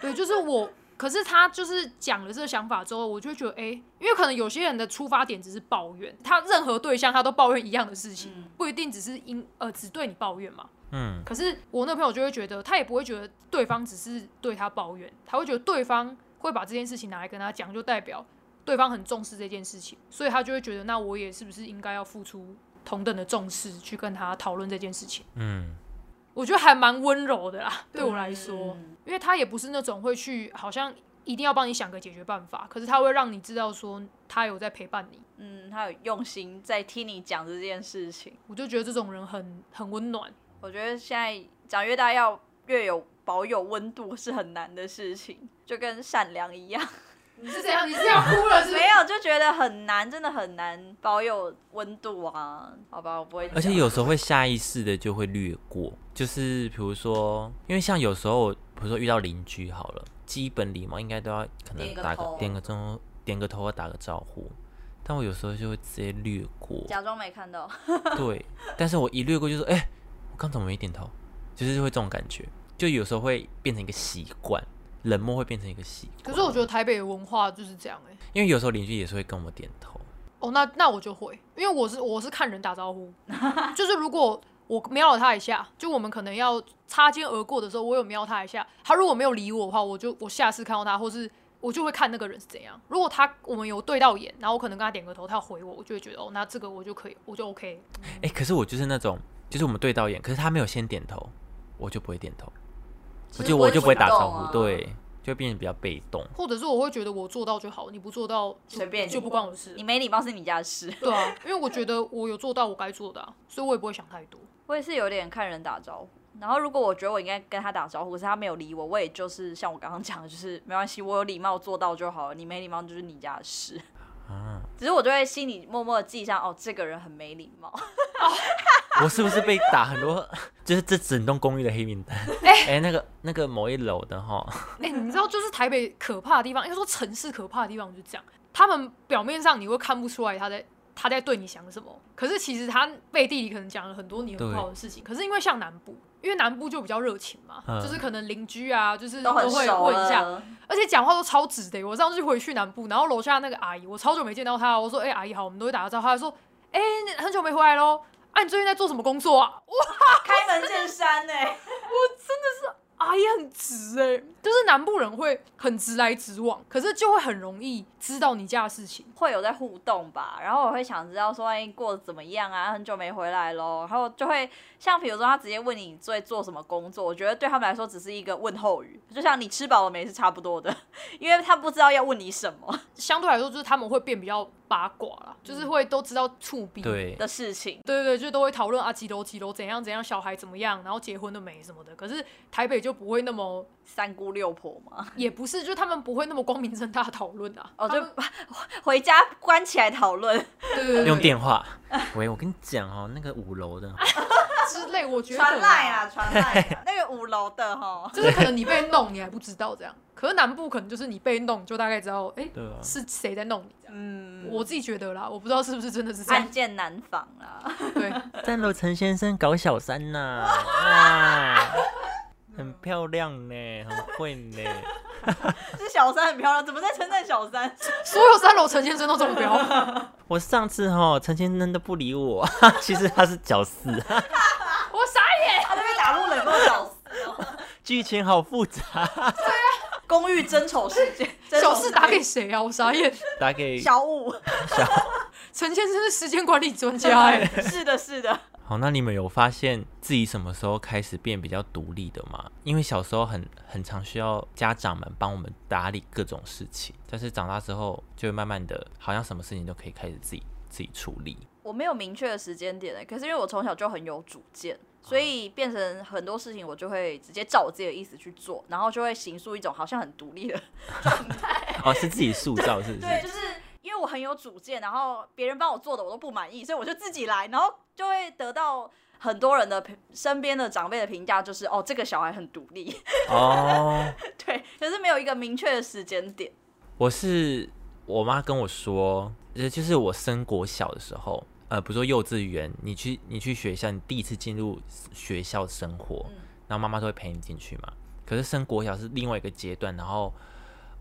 [SPEAKER 3] 对，就是我。可是他就是讲了这个想法之后，我就会觉得，哎、因为可能有些人的出发点只是抱怨，他任何对象他都抱怨一样的事情，
[SPEAKER 2] 嗯
[SPEAKER 3] 不一定只是因呃只对你抱怨嘛。
[SPEAKER 1] 嗯，
[SPEAKER 3] 可是我那朋友就会觉得，他也不会觉得对方只是对他抱怨，他会觉得对方会把这件事情拿来跟他讲，就代表对方很重视这件事情，所以他就会觉得，那我也是不是应该要付出同等的重视去跟他讨论这件事情？
[SPEAKER 1] 嗯，
[SPEAKER 3] 我觉得还蛮温柔的啦，对我来说。
[SPEAKER 2] 嗯
[SPEAKER 3] 因为他也不是那种会去好像一定要帮你想个解决办法，可是他会让你知道说他有在陪伴你。
[SPEAKER 2] 嗯，他有用心在听你讲这件事情。
[SPEAKER 3] 我就觉得这种人很很温暖，
[SPEAKER 2] 我觉得现在长越大要越有保有温度是很难的事情，就跟善良一样。 [laughs]
[SPEAKER 3] 你是怎样？你是要哭了是
[SPEAKER 2] 没有就觉得很难，真的很难保有温度啊。好吧，我不会讲。
[SPEAKER 1] 而且有时候会下意识的就会略过，就是比如说，因为像有时候，比如说遇到邻居好了，基本礼貌应该都要可能
[SPEAKER 2] 点个
[SPEAKER 1] 打个
[SPEAKER 2] 头
[SPEAKER 1] 点个钟、点个头或打个招呼，但我有时候就会直接略
[SPEAKER 2] [laughs]
[SPEAKER 1] 过，
[SPEAKER 2] 假装没看到。
[SPEAKER 1] 对，但是我一略过就说，哎、我刚怎么没点头？就是会这种感觉，就有时候会变成一个习惯，冷漠会变成一个习惯。
[SPEAKER 3] 可是我觉得台北的文化就是这样哎、
[SPEAKER 1] 因为有时候邻居也是会跟我点头，
[SPEAKER 3] 哦，那那我就会，因为我是我是看人打招呼， [laughs] 就是如果我瞄了他一下，就我们可能要擦肩而过的时候，我有瞄他一下，他如果没有理我的话，我就我下次看到他，或是我就会看那个人是怎样。如果他我们有对到眼，然后我可能跟他点个头，他回我，我就会觉得哦，那这个我就可以，我就 OK。
[SPEAKER 1] 哎、可是我就是那种，就是我们对到眼，可是他没有先点头，我就不会点头。我
[SPEAKER 2] 就是
[SPEAKER 1] 就我就
[SPEAKER 2] 不
[SPEAKER 1] 不会
[SPEAKER 2] 会主
[SPEAKER 1] 打
[SPEAKER 2] 动
[SPEAKER 1] 招呼，
[SPEAKER 2] 啊
[SPEAKER 1] 对，就变得比较被动。 [laughs]
[SPEAKER 3] 或者是我会觉得我做到就好，你不做到就
[SPEAKER 2] 随便你
[SPEAKER 3] 就不关我的事
[SPEAKER 2] 你。没礼貌是你家的事。
[SPEAKER 3] 对啊，因为我觉得我有做到我该做的、啊，所以我也不会想太多。
[SPEAKER 2] 我也是有点看人打招呼。然后，如果我觉得我应该跟他打招呼，可是他没有理我，我也就是像我刚刚讲的，就是没关系，我有礼貌做到就好了。你没礼貌就是你家的事。
[SPEAKER 1] 啊，
[SPEAKER 2] 只是我就会心里默默的记上，哦，这个人很没礼 [laughs] 貌。
[SPEAKER 1] 我是不是被打很多？ [laughs] 就是这整栋公寓的黑名单。哎、那个那个某一楼的哈，
[SPEAKER 3] 哎、你
[SPEAKER 2] [laughs]
[SPEAKER 3] 知道，就是台北可怕的地方，应该说城市可怕的地方就是这样。他们表面上你会看不出来他在他在对你想什么。可是其实他背地里可能讲了很多你很不好的事情。可是因为像南部，因为南部就比较热情嘛，
[SPEAKER 1] 嗯
[SPEAKER 3] 就是可能邻居啊，就是
[SPEAKER 2] 都很
[SPEAKER 3] 会
[SPEAKER 2] 熟
[SPEAKER 3] 问一下，
[SPEAKER 2] 了，
[SPEAKER 3] 而且讲话都超直的。欸我上次回去南部，然后楼下那个阿姨，我超久没见到她，我说：“哎、阿姨好。”我们都会打个招呼。她说：“哎、你很久没回来喽。”啊，你最近在做什么工作啊？
[SPEAKER 2] 开门见山呢、欸
[SPEAKER 3] 阿姨啊很直哎、就是南部人会很直来直往，可是就会很容易知道你家的事情。
[SPEAKER 2] [laughs] 会有在互动吧，然后我会想知道说，哎，过得怎么样啊？很久没回来喽，然后就会像比如说他直接问你最做什么工作，我觉得对他们来说只是一个问候语，就像你吃饱了没是差不多的，因为他不知道要问你什么
[SPEAKER 3] 相对来说，就是他们会变比较八卦
[SPEAKER 2] 嗯
[SPEAKER 3] 啦，就是会都知道触逼。
[SPEAKER 1] 对，
[SPEAKER 2] 的事情。
[SPEAKER 3] 对对对，就都会讨论啊，几楼几楼怎样怎样，小孩怎么样，然后结婚了没什么的。可是台北就不会那么，
[SPEAKER 2] 三姑六婆嘛，
[SPEAKER 3] 也不是，就他们不会那么光明正大地讨论啊。
[SPEAKER 2] 哦，
[SPEAKER 3] 他
[SPEAKER 2] 就 [laughs]
[SPEAKER 3] 们
[SPEAKER 2] 回家关起来讨论，
[SPEAKER 3] 对对对
[SPEAKER 1] 用电话。喂，我跟你讲哦，那个五楼的，
[SPEAKER 3] 之类，我觉得
[SPEAKER 2] 传赖啊，，传赖 [laughs] 啊，那个五楼的哈，
[SPEAKER 3] 就是可能你被弄你还不知道这样，可是南部可能就是你被弄你就大概知道，哎、
[SPEAKER 1] 对啊
[SPEAKER 3] 是谁在弄你这样。
[SPEAKER 2] 嗯，
[SPEAKER 3] 我自己觉得啦，我不知道是不是真的是这样
[SPEAKER 2] 暗。箭难防 [laughs] 啊，
[SPEAKER 3] 对，
[SPEAKER 1] 三楼陈先生搞小三呐、哇，很漂亮呢，很会呢。
[SPEAKER 2] 这小三很漂亮，怎么在称赞小三？
[SPEAKER 3] 所有三楼陈先生都中标。
[SPEAKER 1] [laughs] 我上次哈，陈先生都不理我， [laughs] 其实他是小四。
[SPEAKER 3] 我傻眼，
[SPEAKER 2] [laughs] 他都被打入冷宫小四
[SPEAKER 1] 剧情好复杂，
[SPEAKER 2] [laughs] 公寓争丑事 [laughs] 件，争
[SPEAKER 3] 小
[SPEAKER 2] 丑
[SPEAKER 3] 四
[SPEAKER 2] 事
[SPEAKER 3] 打
[SPEAKER 2] 件
[SPEAKER 3] 给谁啊？我傻眼，
[SPEAKER 1] 打给
[SPEAKER 2] 小五，
[SPEAKER 3] 陈先生是时间管理专家哎、
[SPEAKER 2] [laughs] 是的，是的，
[SPEAKER 1] 好，那你们有发现自己什么时候开始变比较独立的吗？因为小时候很很常需要家长们帮我们打理各种事情，但是长大之后就会慢慢的，好像什么事情都可以开始自己自己处理。
[SPEAKER 2] 我没有明确的时间点欸诶，可是因为我从小就很有主见，所以变成很多事情我就会直接照我自己的意思去做，然后就会形塑一种好像很独立的，
[SPEAKER 1] 哦，是自己塑造，是不是？
[SPEAKER 2] 就是因为我很有主见，然后别人帮我做的我都不满意，所以我就自己来，然后就会得到。很多人的评身边的长辈的评价就是哦，这个小孩很独立， [laughs]
[SPEAKER 1] 哦，
[SPEAKER 2] 对，可是没有一个明确的时间点。
[SPEAKER 1] 我是我妈跟我说，呃，就是我升国小的时候，呃，比如说幼稚园，你去你去学校，你第一次进入学校生活，
[SPEAKER 2] 嗯
[SPEAKER 1] 然后妈妈都会陪你进去嘛。可是升国小是另外一个阶段，然后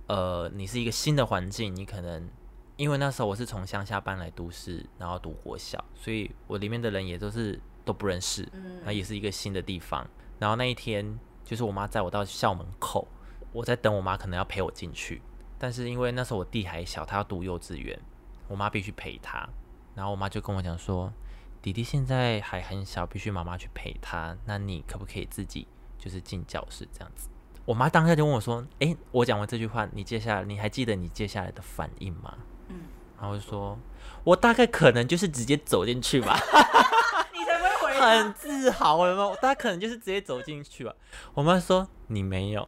[SPEAKER 1] 呃，你是一个新的环境，你可能因为那时候我是从乡下搬来都市，然后读国小，所以我里面的人也都是都不认识，
[SPEAKER 2] 嗯
[SPEAKER 1] 那也是一个新的地方。然后那一天，就是我妈载我到校门口，我在等我妈，可能要陪我进去。但是因为那时候我弟还小，他要读幼稚园，我妈必须陪他。然后我妈就跟我讲说，弟弟现在还很小，必须妈妈去陪他。那你可不可以自己就是进教室这样子？我妈当下就问我说：“诶，我讲完这句话，你接下来你还记得你接下来的反应吗？”
[SPEAKER 2] 嗯，
[SPEAKER 1] 然后我就说：“我大概可能就是直接走进去吧。”
[SPEAKER 2] 你才不会回答，
[SPEAKER 1] 很自豪，有没有？大家可能就是直接走进去吧。我妈说你没有，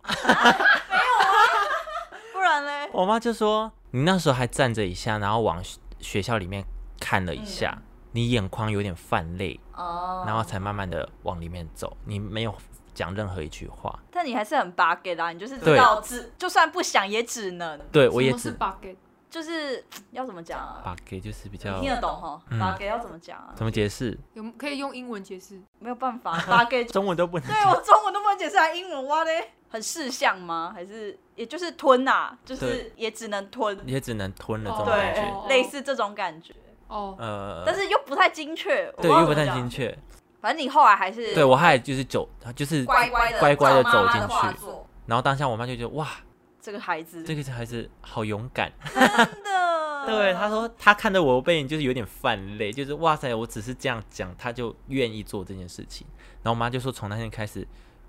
[SPEAKER 2] 不然嘞，
[SPEAKER 1] 我妈就说你那时候还站着一下，然后往学学校里面看了一下，你眼眶有点泛泪，
[SPEAKER 2] 嗯哦
[SPEAKER 1] 然后才慢慢的往里面走，你没有讲任何一句话。
[SPEAKER 2] 但你还是很 bug 啦，你就是知
[SPEAKER 1] 对
[SPEAKER 2] 道只就算不想也只能，
[SPEAKER 1] 对我也
[SPEAKER 3] 什么是
[SPEAKER 1] 只
[SPEAKER 3] bug，
[SPEAKER 2] 就是要怎么讲啊？
[SPEAKER 1] 把给就是比
[SPEAKER 2] 你
[SPEAKER 1] 较
[SPEAKER 2] 听得懂哈
[SPEAKER 1] 嗯
[SPEAKER 2] ？bug 要怎么讲啊？
[SPEAKER 1] 怎么解释，
[SPEAKER 3] 有可以用英文解释。
[SPEAKER 2] 没有办法，bug
[SPEAKER 1] 中文都不能
[SPEAKER 2] 对我中文都不能解释，还英文哇嘞，很事项吗？还是也就是吞啊，就是
[SPEAKER 1] 对
[SPEAKER 2] 也只能吞，
[SPEAKER 1] 也只能吞了这种
[SPEAKER 3] 哦
[SPEAKER 1] 感
[SPEAKER 2] 对哎
[SPEAKER 1] 觉。
[SPEAKER 3] 哦，
[SPEAKER 2] 类似这种感觉，
[SPEAKER 3] 哦，
[SPEAKER 1] 呃，
[SPEAKER 2] 但是又不太精确，我
[SPEAKER 1] 对，
[SPEAKER 2] 知道
[SPEAKER 1] 又不
[SPEAKER 2] 怎
[SPEAKER 1] 太
[SPEAKER 2] 么讲
[SPEAKER 1] 精。确。
[SPEAKER 2] 反正你后来还是
[SPEAKER 1] 对我还就是走，就是
[SPEAKER 2] 乖乖的
[SPEAKER 1] 乖乖地走进去
[SPEAKER 2] 去。
[SPEAKER 1] 然后当下我妈就觉得哇，
[SPEAKER 2] 这个孩子
[SPEAKER 1] 这个孩子好勇敢。
[SPEAKER 2] 真的，
[SPEAKER 1] 对，他说他看着我背影就是有点泛泪，就是哇塞，我只是这样讲，他就愿意做这件事情。然后我妈就说，从那天开始，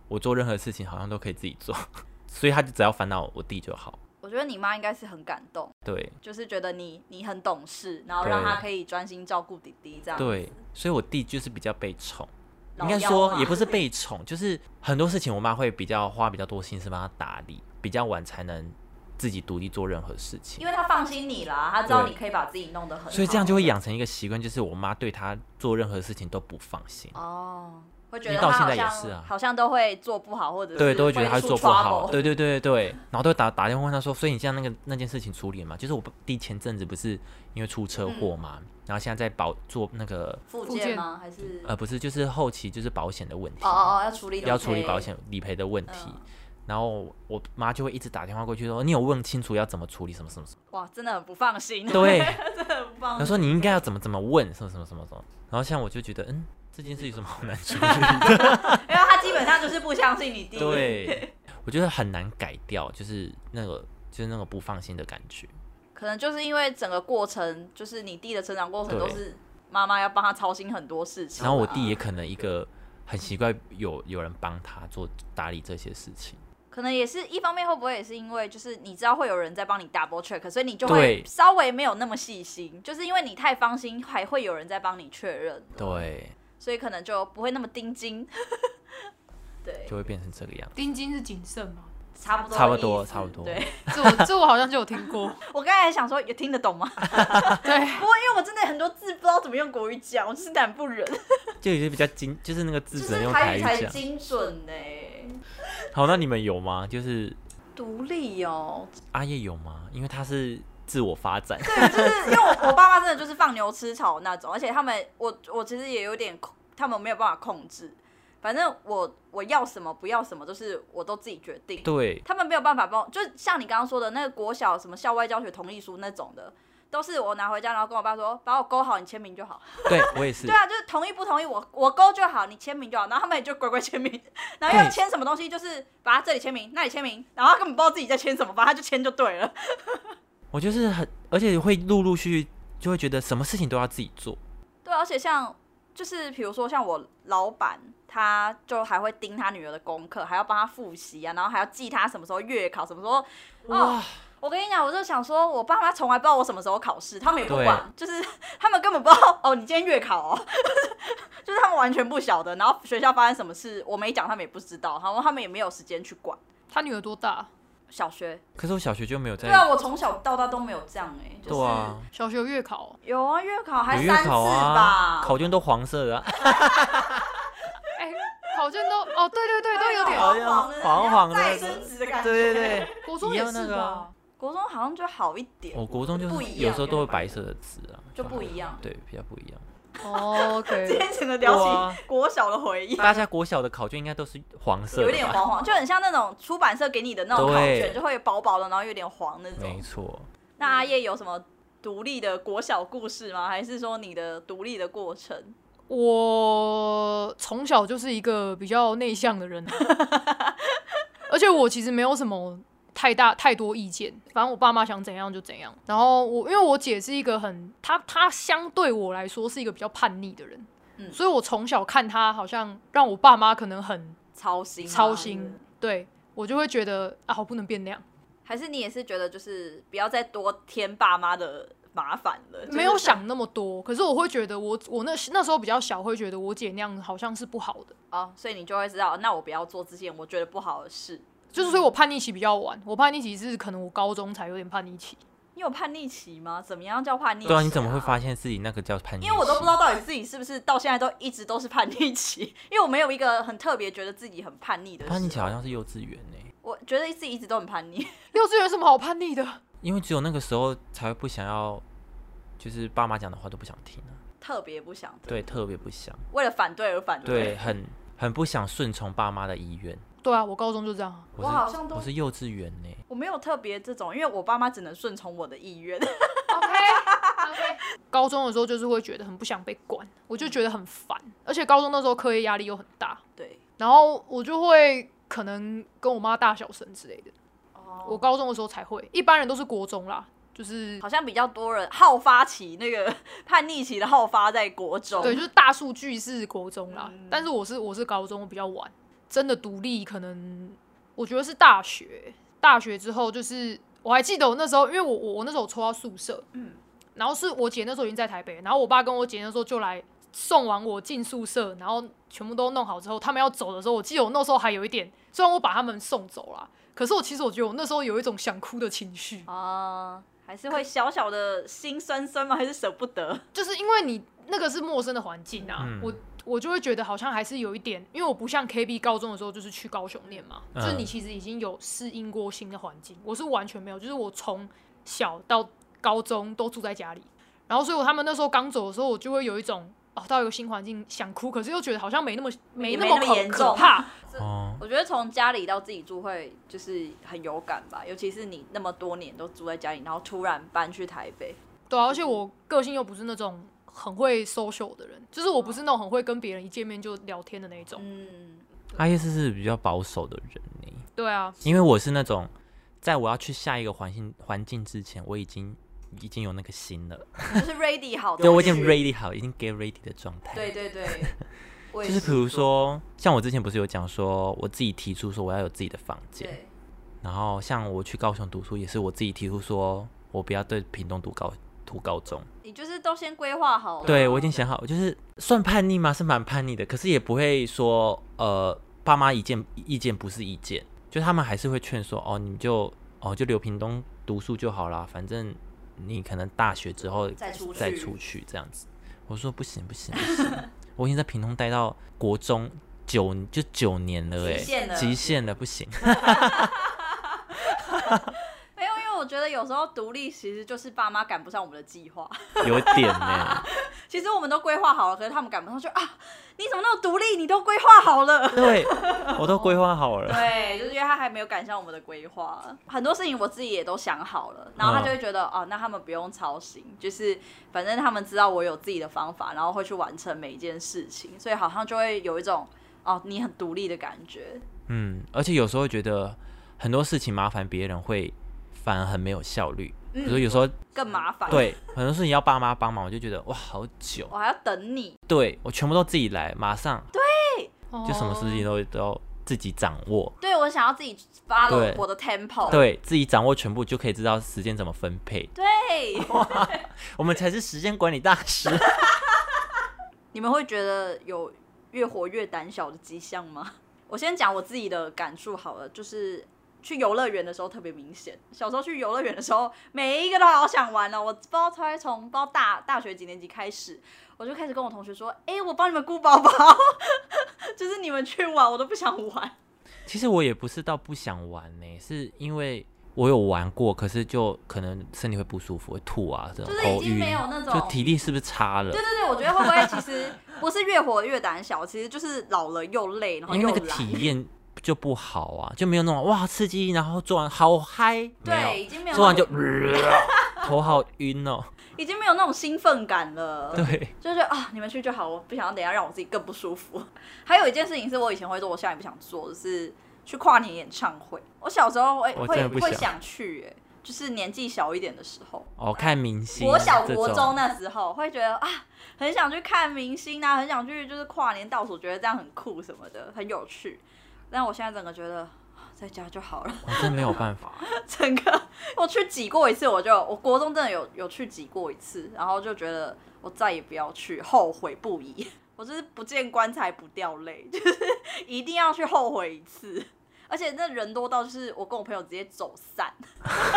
[SPEAKER 1] 我做任何事情好像都可以自己做， [laughs] 所以他就只要烦恼我弟就好。
[SPEAKER 2] 我觉得你妈应该是很感动。
[SPEAKER 1] 对
[SPEAKER 2] 就是觉得你你很懂事，然后让
[SPEAKER 1] 对
[SPEAKER 2] 他可以专心照顾弟弟这样。，
[SPEAKER 1] 对，所以我弟就是比较被宠，
[SPEAKER 2] 老
[SPEAKER 1] 应该
[SPEAKER 2] 幺啊
[SPEAKER 1] 说
[SPEAKER 2] 嘛
[SPEAKER 1] 也不是被宠，就是很多事情我妈会比较花比较多心思帮他打理，比较晚才能自己独立做任何事情
[SPEAKER 2] 因。为他放心你啦，他知道
[SPEAKER 1] 对
[SPEAKER 2] 你可以把自己弄得很好，
[SPEAKER 1] 所以这样就会养成一个习惯，就是我妈对他做任何事情都不放心。
[SPEAKER 2] 哦。会觉得
[SPEAKER 1] 你
[SPEAKER 2] 他
[SPEAKER 1] 到
[SPEAKER 2] 好
[SPEAKER 1] 现在
[SPEAKER 2] 像
[SPEAKER 1] 也是啊
[SPEAKER 2] 好像都会做不好，或者
[SPEAKER 1] 对，
[SPEAKER 2] 是
[SPEAKER 1] 都会觉得他
[SPEAKER 2] 出
[SPEAKER 1] 做不好，
[SPEAKER 2] trouble
[SPEAKER 1] 对对对对，然后都会打打电话问他说，所以你像那个那件事情处理了吗？就是我弟前阵子不是因为出车
[SPEAKER 2] 嗯
[SPEAKER 1] 祸嘛，然后现在在保做那个
[SPEAKER 2] 附
[SPEAKER 3] 附
[SPEAKER 2] 件
[SPEAKER 3] 件
[SPEAKER 2] 吗？还是
[SPEAKER 1] 呃不是，就是后期就是保险的问题，
[SPEAKER 2] 哦哦哦，要处理
[SPEAKER 1] 要处理
[SPEAKER 2] 赔
[SPEAKER 1] 保险理赔的问题。
[SPEAKER 2] 嗯
[SPEAKER 1] 然后我妈就会一直打电话过去说：“你有问清楚要怎么处理什么什么什么 [laughs]
[SPEAKER 2] 哇，真的很不放心，？”
[SPEAKER 1] 对，
[SPEAKER 2] [laughs] 真的很不放
[SPEAKER 1] 她
[SPEAKER 2] 心。
[SPEAKER 1] 说你应该要怎么怎么问什么什么什么什么。然后像我就觉得，嗯，这件事有什么好难处理？ [laughs]
[SPEAKER 2] 因为他基本上就是不相信你弟，， [laughs]
[SPEAKER 1] 对，我觉得很难改掉，就是那个就是那个不放心的感觉。
[SPEAKER 2] 可能就是因为整个过程，就是你弟的成长过程都
[SPEAKER 1] 对
[SPEAKER 2] 是妈妈要帮他操心很多事情，
[SPEAKER 1] 然后我弟也可能一个很奇怪，有有人帮他做打理这些事情。
[SPEAKER 2] 可能也是一方面，会不会也是因为就是你知道会有人在帮你 double check，所以你就会
[SPEAKER 1] 对
[SPEAKER 2] 稍微没有那么细心，就是因为你太放心，还会有人在帮你确认，
[SPEAKER 1] 对，
[SPEAKER 2] 所以可能就不会那么盯紧。 [laughs] 对，
[SPEAKER 1] 就会变成这个样。
[SPEAKER 3] 丁金是谨慎嘛？
[SPEAKER 2] 差不多的意思，
[SPEAKER 1] 差不多差不多
[SPEAKER 2] 对
[SPEAKER 3] 这我
[SPEAKER 1] [laughs]
[SPEAKER 3] 这我好像就有听过。
[SPEAKER 2] 我刚才还想说，也听得懂吗？ [laughs]
[SPEAKER 3] 对，
[SPEAKER 2] 不过因为我真的很多字不知道怎么用国语讲，我就是难不忍，
[SPEAKER 1] 就有些比较精，就是那个字只能用
[SPEAKER 2] 台
[SPEAKER 1] 语
[SPEAKER 2] 才
[SPEAKER 1] 讲。
[SPEAKER 2] 精准呢、
[SPEAKER 1] 好，那你们有吗？就是
[SPEAKER 2] 独立哦，
[SPEAKER 1] 阿叶有吗？因为他是自我发
[SPEAKER 2] [laughs]
[SPEAKER 1] 展，
[SPEAKER 2] 对，就是因为我我爸妈真的就是放牛吃草那种，而且他们我我其实也有点控，他们没有办法控制。反正我我要什么不要什么，都是我都自己决定。
[SPEAKER 1] 对
[SPEAKER 2] 他们没有办法帮我，就像你刚刚说的那个国小什么校外教学同意书那种的，都是我拿回家，然后跟我爸说，把我勾好，你签名就好。
[SPEAKER 1] 对，我也是
[SPEAKER 2] 对。啊，就是同意不同意，我我勾就好，你签名就好。然后他们也就乖乖签名，然后要
[SPEAKER 1] 对
[SPEAKER 2] 签什么东西，就是把他这里签名，那里签名，然后他根本不知道自己在签什么，反正他就签就对了。
[SPEAKER 1] 我就是很，而且会陆陆续续就会觉得什么事情都要自己做。
[SPEAKER 2] 对，啊而且像就是比如说像我老板，他就还会盯他女儿的功课，还要帮他复习啊，然后还要记他什么时候月考，什么时候哦。我跟你讲，我就想说，我爸妈从来不知道我什么时候考试，他们也不
[SPEAKER 1] 对
[SPEAKER 2] 管，就是 [laughs] 他们根本不知道哦， [laughs] 你今天月考哦， [laughs] 就是他们完全不晓得。然后学校发生什么事，我没讲，他们也不知道，然后他们也没有时间去管。
[SPEAKER 3] 他女儿多大？
[SPEAKER 2] 小学，
[SPEAKER 1] 可是我小学就没有在
[SPEAKER 2] 对，啊，我从小到大都没有这样哎、就是、
[SPEAKER 1] 对啊，
[SPEAKER 3] 小学有月考哦、
[SPEAKER 2] 有啊，月考还
[SPEAKER 1] 有月
[SPEAKER 2] 三次
[SPEAKER 1] 考
[SPEAKER 2] 吧
[SPEAKER 1] 啊，，考卷都黄色的啊，
[SPEAKER 3] 哎、考卷都哦，对对对，都有点。
[SPEAKER 1] 哎好像黄黄的
[SPEAKER 2] 再
[SPEAKER 1] 那
[SPEAKER 2] 升
[SPEAKER 1] 个。
[SPEAKER 2] 职的感觉。
[SPEAKER 1] 对对对，
[SPEAKER 3] 国中也是
[SPEAKER 1] 一样那个
[SPEAKER 3] 吧
[SPEAKER 1] 啊？
[SPEAKER 2] 国中好像就好一点，
[SPEAKER 1] 我哦国中就
[SPEAKER 2] 不
[SPEAKER 1] 是
[SPEAKER 2] 一样
[SPEAKER 1] 有时候都会白色的字啊，
[SPEAKER 2] 就不一样
[SPEAKER 1] 还好对，比较不一样。
[SPEAKER 3] 哦
[SPEAKER 2] 今
[SPEAKER 3] OK，
[SPEAKER 2] 天整个聊
[SPEAKER 1] 对啊
[SPEAKER 2] 起国小的回忆，
[SPEAKER 1] 大家国小的考卷应该都是黄色
[SPEAKER 2] 有
[SPEAKER 1] 的
[SPEAKER 2] 点
[SPEAKER 1] 吧？
[SPEAKER 2] 黄黄，就很像那种出版社给你的那种考
[SPEAKER 1] 对
[SPEAKER 2] 卷，就会薄薄的，然后有点黄那
[SPEAKER 1] 没
[SPEAKER 2] 种。
[SPEAKER 1] 错，
[SPEAKER 2] 那阿叶有什么独立的国小故事吗？还是说你的独立的过程？
[SPEAKER 3] 我从小就是一个比较内向的人，啊
[SPEAKER 2] [laughs]
[SPEAKER 3] 而且我其实没有什么太大太多意见，反正我爸妈想怎样就怎样。然后我因为我姐是一个很，她她相对我来说是一个比较叛逆的人，
[SPEAKER 2] 嗯
[SPEAKER 3] 所以我从小看她好像让我爸妈可能很
[SPEAKER 2] 操心啊吗，
[SPEAKER 3] 操心，对我就会觉得啊，我不能变那样。
[SPEAKER 2] 还是你也是觉得就是不要再多添爸妈的麻烦了？就是
[SPEAKER 3] 没有想那么多，可是我会觉得我我那时那时候比较小，会觉得我姐那样好像是不好的，
[SPEAKER 2] 哦，所以你就会知道，那我不要做这件我觉得不好的事。
[SPEAKER 3] 就是所以我叛逆期比较晚，我叛逆期是可能我高中才有点叛逆期，
[SPEAKER 2] 你有叛逆期吗？怎么样叫叛逆期、
[SPEAKER 1] 对啊，你怎么会？发现自己那个叫叛逆期？
[SPEAKER 2] 因为我都不知道到底自己是不是到现在都一直都是叛逆期，因为我没有一个很特别觉得自己很叛逆的时候
[SPEAKER 1] 叛逆期好像是幼稚园呢、
[SPEAKER 2] 我觉得自己一直都很叛逆。 [laughs]
[SPEAKER 3] 幼稚园有什么好叛逆的？
[SPEAKER 1] 因为只有那个时候才会不想要，就是爸妈讲的话都不想听啊，
[SPEAKER 2] 特别不想听，
[SPEAKER 1] 对，特别不想，
[SPEAKER 2] 为了反对而反
[SPEAKER 1] 对，。很很不想顺从爸妈的意愿。
[SPEAKER 3] 对啊，我高中就这样啊，
[SPEAKER 1] 我
[SPEAKER 2] 我
[SPEAKER 1] 是
[SPEAKER 2] 好像都
[SPEAKER 1] 我是幼稚园呢、
[SPEAKER 2] 我没有特别这种，因为我爸妈只能顺从我的意愿。
[SPEAKER 3] OK OK，高 [laughs] 中的时候就是会觉得很不想被管，我就觉得很烦，而且高中那时候课业压力又很大，
[SPEAKER 2] [laughs] 对，
[SPEAKER 3] 然后我就会可能跟我妈大小声之类的。
[SPEAKER 2] 哦
[SPEAKER 3] 我高中的时候才会，一般人都是国中啦，就是
[SPEAKER 2] 好像比较多人好发期那个 [laughs] 叛逆期的好发在国中。
[SPEAKER 3] 对，就是大数据是国中啦，
[SPEAKER 2] 嗯
[SPEAKER 3] 但是我是我是高中，我比较晚，真的独立可能我觉得是大学，大学之后就是我还记得我那时候，因为我我我那时候抽到宿舍，
[SPEAKER 2] 嗯
[SPEAKER 3] 然后是我姐那时候已经在台北，然后我爸跟我姐那时候就来送完我进宿舍，然后全部都弄好之后，他们要走的时候，我记得我那时候还有一点，虽然我把他们送走了，可是我其实我觉得我那时候有一种想哭的情绪，
[SPEAKER 2] 啊、还是会小小的心酸酸吗？还是舍不得？
[SPEAKER 3] 就是因为你那个是陌生的环境啊，
[SPEAKER 1] 嗯
[SPEAKER 3] 我我就会觉得好像还是有一点，因为我不像 KB 高中的时候就是去高雄念嘛，
[SPEAKER 1] 嗯
[SPEAKER 3] 就是你其实已经有适应过新的环境，我是完全没有，就是我从小到高中都住在家里，然后所以我他们那时候刚走的时候，我就会有一种。哦，到一个新环境想哭，可是又觉得好像没那么那
[SPEAKER 2] 也没
[SPEAKER 3] 么
[SPEAKER 2] 那
[SPEAKER 3] 可
[SPEAKER 2] 么严重
[SPEAKER 3] 可怕，
[SPEAKER 1] 哦，
[SPEAKER 2] [laughs] 我觉得从家里到自己住会就是很有感吧，尤其是你那么多年都住在家里，然后突然搬去台北，
[SPEAKER 3] 对、啊，而且我个性又不是那种很会 social 的人，就是我不是那种很会跟别人一见面就聊天的那一种。
[SPEAKER 2] [laughs] 嗯，
[SPEAKER 1] 阿叶斯是比较保守的人呢，
[SPEAKER 3] 对啊，
[SPEAKER 1] 因为我是那种，在我要去下一个环境环境之前，我已经已经有那个心了，
[SPEAKER 2] 就是 ready 好的
[SPEAKER 1] 对我已经
[SPEAKER 2] 感觉
[SPEAKER 1] ready 好，已经 get ready 的状态。
[SPEAKER 2] 对对对，我也
[SPEAKER 1] 就是比如说，像我之前不是有讲说，我自己提出说我要有自己的房间，
[SPEAKER 2] 对，
[SPEAKER 1] 然后像我去高雄读书也是我自己提出说，我不要对屏东读高读高中，
[SPEAKER 2] 你就是都先规划好了，
[SPEAKER 1] 对我已经想好，就是算叛逆吗？是蛮叛逆的，可是也不会说呃，爸妈意见意见不是意见，就他们还是会劝说哦，你们就哦就留屏东读书就好啦，反正你可能大学之后
[SPEAKER 2] 再出去
[SPEAKER 1] 再出去这样子。我说不行不行不行，我已经在屏东待到国中九就九年了哎、
[SPEAKER 2] 极限了
[SPEAKER 1] 极限了不行。
[SPEAKER 2] 没有，因为我觉得有时候独立其实就是爸妈赶不上我们的计划， [laughs]
[SPEAKER 1] 有点欸呢、
[SPEAKER 2] 其实我们都规划好了，可是他们赶不上就，啊，你怎么那么独立？你都规划好
[SPEAKER 1] [laughs]
[SPEAKER 2] 了。
[SPEAKER 1] [laughs] 对，我都规划好了。
[SPEAKER 2] 对，就是因为他还没有赶上我们的规划，很多事情我自己也都想好了，然后他就会觉得、哦，那他们不用操心，就是反正他们知道我有自己的方法，然后会去完成每一件事情，所以好像就会有一种哦，你很独立的感觉。
[SPEAKER 1] 嗯，而且有时候觉得很多事情麻烦别人会反而很没有效率。
[SPEAKER 2] 嗯
[SPEAKER 1] 比如说有时候
[SPEAKER 2] 更麻烦，，
[SPEAKER 1] 对很多事情要爸妈帮忙，我就觉得哇好久，
[SPEAKER 2] 我还要等你，
[SPEAKER 1] 对我全部都自己来，马上
[SPEAKER 2] 啊
[SPEAKER 1] 就什么事情
[SPEAKER 3] 哦
[SPEAKER 1] 都都要自己掌握，
[SPEAKER 2] 对我想要自己
[SPEAKER 1] 对
[SPEAKER 2] follow 我的 tempo，
[SPEAKER 1] 对自己掌握全部就可以知道时间怎么分配。
[SPEAKER 2] 对
[SPEAKER 1] 我们才是时间管理大师。 [laughs]
[SPEAKER 2] 你们会觉得有越活越胆小的迹象吗？ [laughs] 我先讲我自己的感触好了，就是去游乐园的时候特别明显。小时候去游乐园的时候，每一个都好想玩哦。我不知道才从不知道大大学几年级开始，我就开始跟我同学说：“哎、我帮你们顾宝宝， [laughs] 就是你们去玩，我都不想玩。
[SPEAKER 1] 其实我也不是到不想玩呢、是因为我有玩过，可是就可能身体会不舒服，会吐啊这种
[SPEAKER 2] 就是已
[SPEAKER 1] 头
[SPEAKER 2] 经
[SPEAKER 1] 晕
[SPEAKER 2] 没有那种
[SPEAKER 1] 就体力是不是差”了
[SPEAKER 2] 对？对对，我觉得会不会其实不是越活越胆小，其实就是老了又累，然后
[SPEAKER 1] 因
[SPEAKER 2] 又
[SPEAKER 1] 为那个
[SPEAKER 2] 懒。
[SPEAKER 1] 体验就不好啊，就没有那种哇刺激，然后做完好嗨，
[SPEAKER 2] 对，已
[SPEAKER 1] 没
[SPEAKER 2] 经没
[SPEAKER 1] 有，
[SPEAKER 2] 有
[SPEAKER 1] 做完就
[SPEAKER 2] 那种
[SPEAKER 1] 头好晕哦， [laughs]
[SPEAKER 2] 已经没有那种兴奋感了。
[SPEAKER 1] 对，
[SPEAKER 2] 就是啊，你们去就好，我不想要等一下让我自己更不舒服。还有一件事情是我以前会做，我现在也不想做，就是去跨年演唱会。我小时候会
[SPEAKER 1] 我真
[SPEAKER 2] 会
[SPEAKER 1] 的不
[SPEAKER 2] 会
[SPEAKER 1] 想
[SPEAKER 2] 想去、欸，就是年纪小一点的时候，
[SPEAKER 1] 哦看明星，
[SPEAKER 2] 国小
[SPEAKER 1] 这
[SPEAKER 2] 国
[SPEAKER 1] 种
[SPEAKER 2] 中那时候会觉得啊，很想去看明星啊，很想去就是跨年倒数，觉得这样很酷什么的，很有趣。但我现在整个觉得啊在家就好了。
[SPEAKER 1] 我哦真没有办法，
[SPEAKER 2] [laughs] 整个我去挤过一次，我就我国中真的有有去挤过一次，然后就觉得我再也不要去，后悔不已。 [laughs] 我就是不见棺材不掉泪， [laughs] 就是一定要去后悔一次。而且那人多到就是我跟我朋友直接走散， [laughs]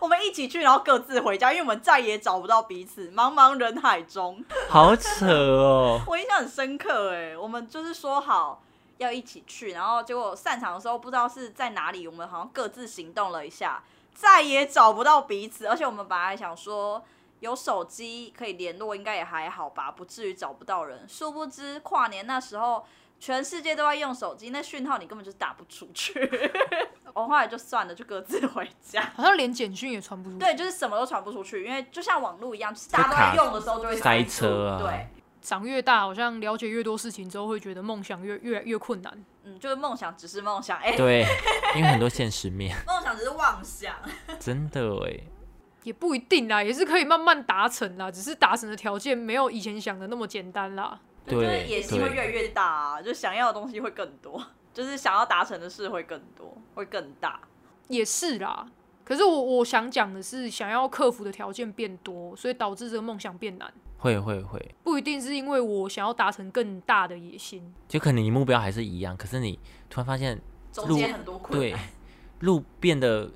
[SPEAKER 2] 我们一起去，然后各自回家，因为我们再也找不到彼此，茫茫人海中。
[SPEAKER 1] 好扯哦，
[SPEAKER 2] 我印象很深刻哎、我们就是说好要一起去，然后结果散场的时候不知道是在哪里，我们好像各自行动了一下，再也找不到彼此，而且我们本来想说。有手机可以联络，应该也还好吧，不至于找不到人。殊不知跨年那时候，全世界都在用手机，那讯号你根本就打不出去。我后来就算了，就各自回家。
[SPEAKER 3] 好像连简讯也传不出去，
[SPEAKER 2] 对，就是什么都传不出去，因为就像网络一样，就是大家都在用的时候就会
[SPEAKER 1] 塞
[SPEAKER 2] 住
[SPEAKER 1] 车啊
[SPEAKER 2] 对，
[SPEAKER 3] 长越大，好像了解越多事情之后，会觉得梦想越越越困难。
[SPEAKER 2] 嗯，就是梦想只是梦想，哎、
[SPEAKER 1] 对，因为很多现实面，
[SPEAKER 2] 梦想只是妄想。
[SPEAKER 1] 真的哎，
[SPEAKER 3] 也不一定啦，也是可以慢慢达成啦，只是达成的条件没有以前想的那么简单啦。
[SPEAKER 2] [laughs] 就是
[SPEAKER 1] 对
[SPEAKER 2] 野心会越
[SPEAKER 1] 对，
[SPEAKER 2] 来越大、啊，就想要的东西会更多， [laughs] 就是想要达成的事会更多，会更大。
[SPEAKER 3] 也是啦，可是我我想讲的是，想要克服的条件变多，所以导致这个梦想变难，
[SPEAKER 1] 会会会，
[SPEAKER 3] 不一定是因为我想要达成更大的野心。
[SPEAKER 1] 就可能你目标还是一样，可是你突然发现
[SPEAKER 2] 中间很多困
[SPEAKER 1] 对
[SPEAKER 2] 难，
[SPEAKER 1] 路变得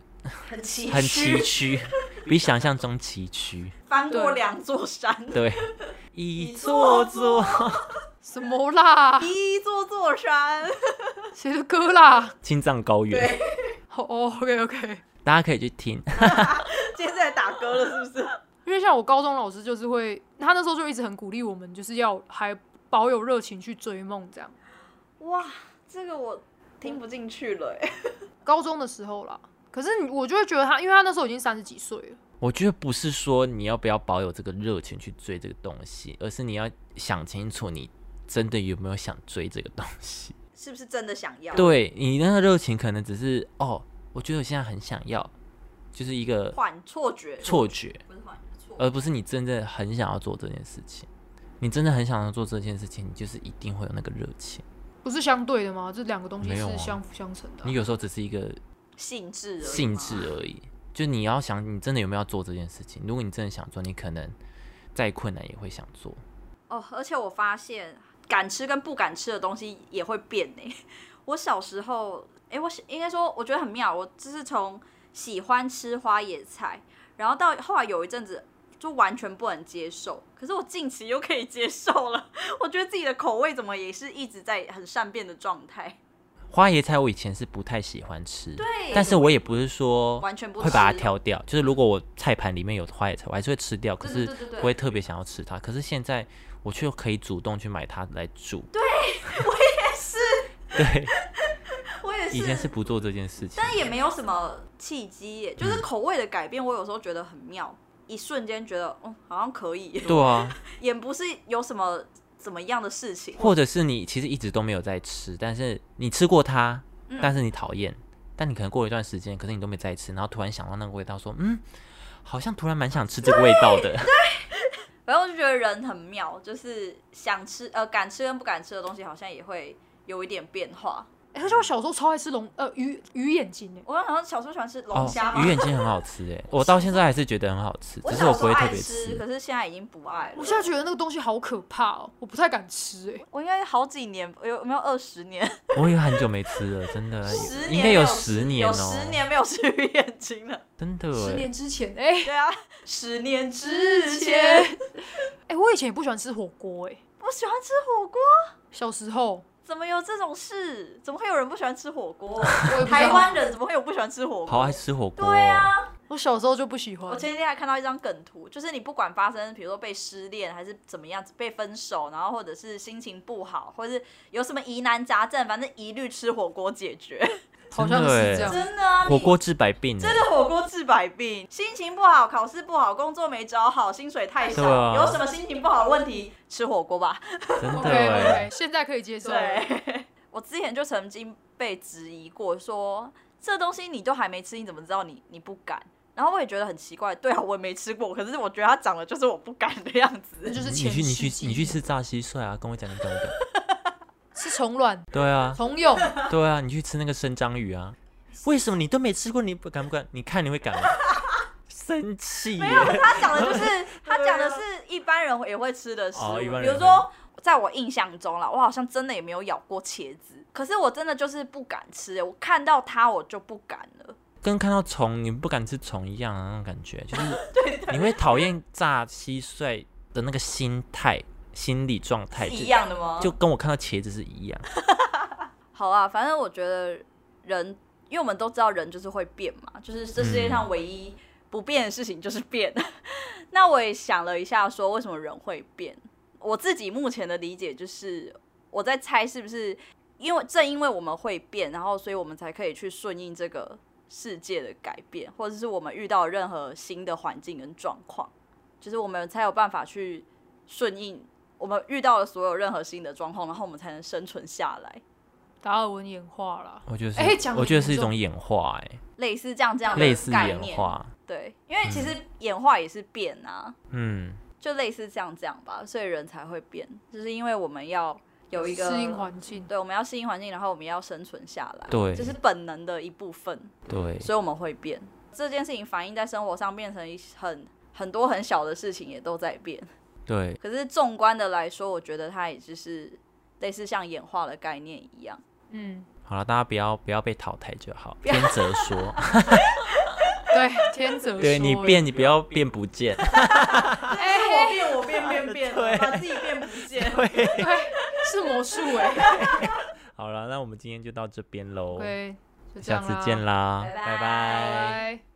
[SPEAKER 2] 很崎
[SPEAKER 1] 很崎
[SPEAKER 2] 岖，
[SPEAKER 1] 岖，比想象中崎岖。
[SPEAKER 2] [laughs] 翻过
[SPEAKER 3] 对
[SPEAKER 2] [laughs] 两座山。
[SPEAKER 1] 对，一
[SPEAKER 2] 座
[SPEAKER 1] 座座，
[SPEAKER 3] 什么啦？
[SPEAKER 2] 一座座山， [laughs]
[SPEAKER 3] 谁的歌啦？
[SPEAKER 1] 青藏高原，
[SPEAKER 3] 哦、o k OK。
[SPEAKER 1] 大家可以去听。
[SPEAKER 2] 今天在打歌了是不是？
[SPEAKER 3] 因为像我高中老师就是会，他那时候就一直很鼓励我们，就是要还保有热情去追梦这样。
[SPEAKER 2] [laughs] 哇，这个我听不进去了哎、
[SPEAKER 3] 高中的时候啦，可是你我就会觉得他，因为他那时候已经三十几岁了，
[SPEAKER 1] 我觉得不是说你要不要保有这个热情去追这个东西，而是你要想清楚你真的有没有想追这个东西。
[SPEAKER 2] [laughs] 是不是真的想要？，
[SPEAKER 1] 对你那个热情可能只是哦，我觉得我现在很想要，就是一个
[SPEAKER 2] 幻错觉，
[SPEAKER 1] 错觉，呃
[SPEAKER 2] 不是幻觉，错觉
[SPEAKER 1] 而不是你真的很想要做这件事情。你真的很想要做这件事情，你就是一定会有那个热情。
[SPEAKER 3] 不是相对的吗？这两个东西
[SPEAKER 1] 没有啊
[SPEAKER 3] 是相辅相成的啊、
[SPEAKER 1] 你有时候只是一个
[SPEAKER 2] 性质而已嘛
[SPEAKER 1] 兴致而已。就你要想，你真的有没有要做这件事情？如果你真的想做，你可能再困难也会想做。
[SPEAKER 2] 哦，而且我发现敢吃跟不敢吃的东西也会变呢、 [laughs] 我小时候，哎、我小应该说，我觉得很妙。我就是从喜欢吃花野菜，然后到后来有一阵子就完全不能接受，可是我近期又可以接受了。 [laughs] 我觉得自己的口味怎么也是一直在很善变的状态，
[SPEAKER 1] 花椰菜我以前是不太喜欢吃，但是我也不是说
[SPEAKER 2] 完全不吃
[SPEAKER 1] 会把它挑掉。就是如果我菜盘里面有花椰菜，我还是会吃掉，可
[SPEAKER 2] 对
[SPEAKER 1] 是
[SPEAKER 2] 对对对对
[SPEAKER 1] 不会特别想要吃它。可是现在我却可以主动去买它来煮。对，我也是。对，
[SPEAKER 2] 我也
[SPEAKER 1] 以前
[SPEAKER 2] 是
[SPEAKER 1] 是。不做这件事情。
[SPEAKER 2] 但也没有什么契机耶，就是口味的改变，我有时候觉得很妙，一瞬间觉得，嗯，好像可以耶。 [laughs]
[SPEAKER 1] 对啊，
[SPEAKER 2] 也不是有什么怎么样的事情，
[SPEAKER 1] 或者是你其实一直都没有在吃，但是你吃过它，
[SPEAKER 2] 嗯
[SPEAKER 1] 但是你讨厌，但你可能过一段时间，可是你都没再吃，然后突然想到那个味道，说嗯，好像突然蛮想吃这个味道 [laughs] 的。
[SPEAKER 2] 反正我就觉得人很妙，就是想吃呃敢吃跟不敢吃的东西，好像也会有一点变化。
[SPEAKER 3] 欸而且我小时候超爱吃龙呃鱼鱼眼睛诶，
[SPEAKER 2] 我好像小时候喜欢吃龙
[SPEAKER 1] 哦
[SPEAKER 2] 虾，嘛，
[SPEAKER 1] 鱼眼睛很好吃哎，我到现在还是觉得很好吃，
[SPEAKER 2] 我
[SPEAKER 1] 只是
[SPEAKER 2] 小
[SPEAKER 1] 不
[SPEAKER 2] 时候
[SPEAKER 1] 会特
[SPEAKER 2] 爱
[SPEAKER 1] 别
[SPEAKER 2] 吃，可
[SPEAKER 1] 吃。
[SPEAKER 2] 是现在已经不爱了
[SPEAKER 3] 我。现在觉得那个东西好可怕哦，我不太敢吃诶。
[SPEAKER 2] 我应该好几年，有没有二十年？
[SPEAKER 1] 我也很久没吃了，真的，
[SPEAKER 2] 十年
[SPEAKER 1] 应呃该有
[SPEAKER 2] 没
[SPEAKER 1] 十年
[SPEAKER 2] 有
[SPEAKER 1] 哦
[SPEAKER 2] 十，年没有吃鱼眼睛了。
[SPEAKER 1] 真的
[SPEAKER 3] 十
[SPEAKER 1] 哎。
[SPEAKER 3] 年之前诶，
[SPEAKER 2] 对啊，十年
[SPEAKER 3] 之
[SPEAKER 2] 之
[SPEAKER 3] 前
[SPEAKER 2] 前
[SPEAKER 3] [laughs] 诶，我以前也不喜欢吃火锅诶，
[SPEAKER 2] 我喜欢吃火锅，
[SPEAKER 3] 小时候
[SPEAKER 2] 怎么有这种事？怎么会有人不喜欢吃
[SPEAKER 3] [laughs]
[SPEAKER 2] 火锅？
[SPEAKER 3] 我也不知道
[SPEAKER 2] 台湾人怎么会有不喜欢吃火锅？
[SPEAKER 1] 好爱吃火锅、哦，
[SPEAKER 2] 对啊，
[SPEAKER 3] 我小时候就不喜欢
[SPEAKER 2] 我，前几天还看到一张梗图，就是你不管发生，比如说被失恋还是怎么样，被分手，然后或者是心情不好，或者是有什么疑难杂症，反正一律吃火锅解决。 [laughs]
[SPEAKER 3] 好像是这
[SPEAKER 1] 真的欸
[SPEAKER 3] 样。
[SPEAKER 2] 真的啊，你
[SPEAKER 1] 火锅治百病哎
[SPEAKER 2] 真，的火锅治百病。心情不好，考试不好，工作没找好，薪水太少，
[SPEAKER 1] 对啊
[SPEAKER 2] 有什么心情不好的问题，吃火锅吧。
[SPEAKER 1] 真的
[SPEAKER 3] OK
[SPEAKER 1] 哎。
[SPEAKER 3] OK，现在可以接受了。
[SPEAKER 2] 对， [laughs] 我之前就曾经被质疑过说这东西你都还没吃，你怎么知道你你不敢？然后我也觉得很奇怪，对啊，我也没吃过，可是我觉得它长得就是我不敢的样子
[SPEAKER 3] 那。就是
[SPEAKER 1] 你
[SPEAKER 3] 前
[SPEAKER 1] 去你去
[SPEAKER 3] 世纪
[SPEAKER 1] 你去吃炸蟋蟀啊，跟我讲你
[SPEAKER 2] [laughs]
[SPEAKER 1] 懂不懂？
[SPEAKER 3] 吃虫卵、
[SPEAKER 1] 对啊，
[SPEAKER 3] 虫蛹，
[SPEAKER 1] [laughs] 对啊，你去吃那个生章鱼啊？为什么你都没吃过？你不敢不敢？你看你会敢吗？生气耶！
[SPEAKER 2] 他讲
[SPEAKER 1] [laughs]
[SPEAKER 2] 的就是，他讲的是一般人也会吃的食物，
[SPEAKER 1] 哦一般人
[SPEAKER 2] 比如说，在我印象中啦，我好像真的也没有咬过茄子，可是我真的就是不敢吃，我看到它我就不敢了。
[SPEAKER 1] 跟看到虫你不敢吃虫一样的啊那种感觉，就是你会讨厌炸蟋蟀的那个心态、心理状态
[SPEAKER 2] 是
[SPEAKER 1] 就
[SPEAKER 2] 一样的吗？
[SPEAKER 1] 就跟我看到茄子是一样。
[SPEAKER 2] 好啊，反正我觉得人，因为我们都知道人就是会变嘛，就是这世界上唯一不变的事情就是变。 [laughs] 那我也想了一下，说为什么人会变？我自己目前的理解就是，我在猜是不是因为正因为我们会变，然后所以我们才可以去顺应这个世界的改变，或者是我们遇到任何新的环境跟状况，就是我们才有办法去顺应我们遇到的所有任何新的状况，然后我们才能生存下来。
[SPEAKER 3] 达尔文演化啦。
[SPEAKER 1] 我觉得是，
[SPEAKER 3] 哎讲得
[SPEAKER 1] 我觉得是一
[SPEAKER 3] 严重
[SPEAKER 1] 种演化、
[SPEAKER 2] 类似这样这样
[SPEAKER 1] 哎，
[SPEAKER 2] 的
[SPEAKER 1] 类似
[SPEAKER 2] 概
[SPEAKER 1] 演
[SPEAKER 2] 念，
[SPEAKER 1] 化，
[SPEAKER 2] 对，因为其实演化也是变啊，
[SPEAKER 1] 嗯，
[SPEAKER 2] 就类似这样这样吧，所以人才会变，就是因为我们要有一个
[SPEAKER 3] 适应环境，
[SPEAKER 2] 对，我们要适应环境，然后我们要生存下来，
[SPEAKER 1] 对
[SPEAKER 2] 这是本能的一部分，
[SPEAKER 1] 对，
[SPEAKER 2] 所以我们会变。这件事情反映在生活上，变成一很很多很小的事情也都在变。
[SPEAKER 1] 对，
[SPEAKER 2] 可是纵观的来说，我觉得它也就是类似像演化的概念一样。 [laughs]
[SPEAKER 3] 嗯，
[SPEAKER 1] 好了，大家不要不要被淘汰就好。天择说，
[SPEAKER 3] 对，天择说
[SPEAKER 1] 对你变，你不要变不见。
[SPEAKER 2] 哎，我变，我变变
[SPEAKER 1] [laughs]
[SPEAKER 2] 变，
[SPEAKER 1] 对
[SPEAKER 3] [laughs]
[SPEAKER 2] 把自己变不见。
[SPEAKER 3] 对，哎是魔术哎、
[SPEAKER 1] 好了，那我们今天就到这边喽
[SPEAKER 3] OK，就这
[SPEAKER 1] 下
[SPEAKER 3] 样啦，
[SPEAKER 1] 次见啦，
[SPEAKER 2] 拜拜
[SPEAKER 1] 拜
[SPEAKER 3] 拜拜。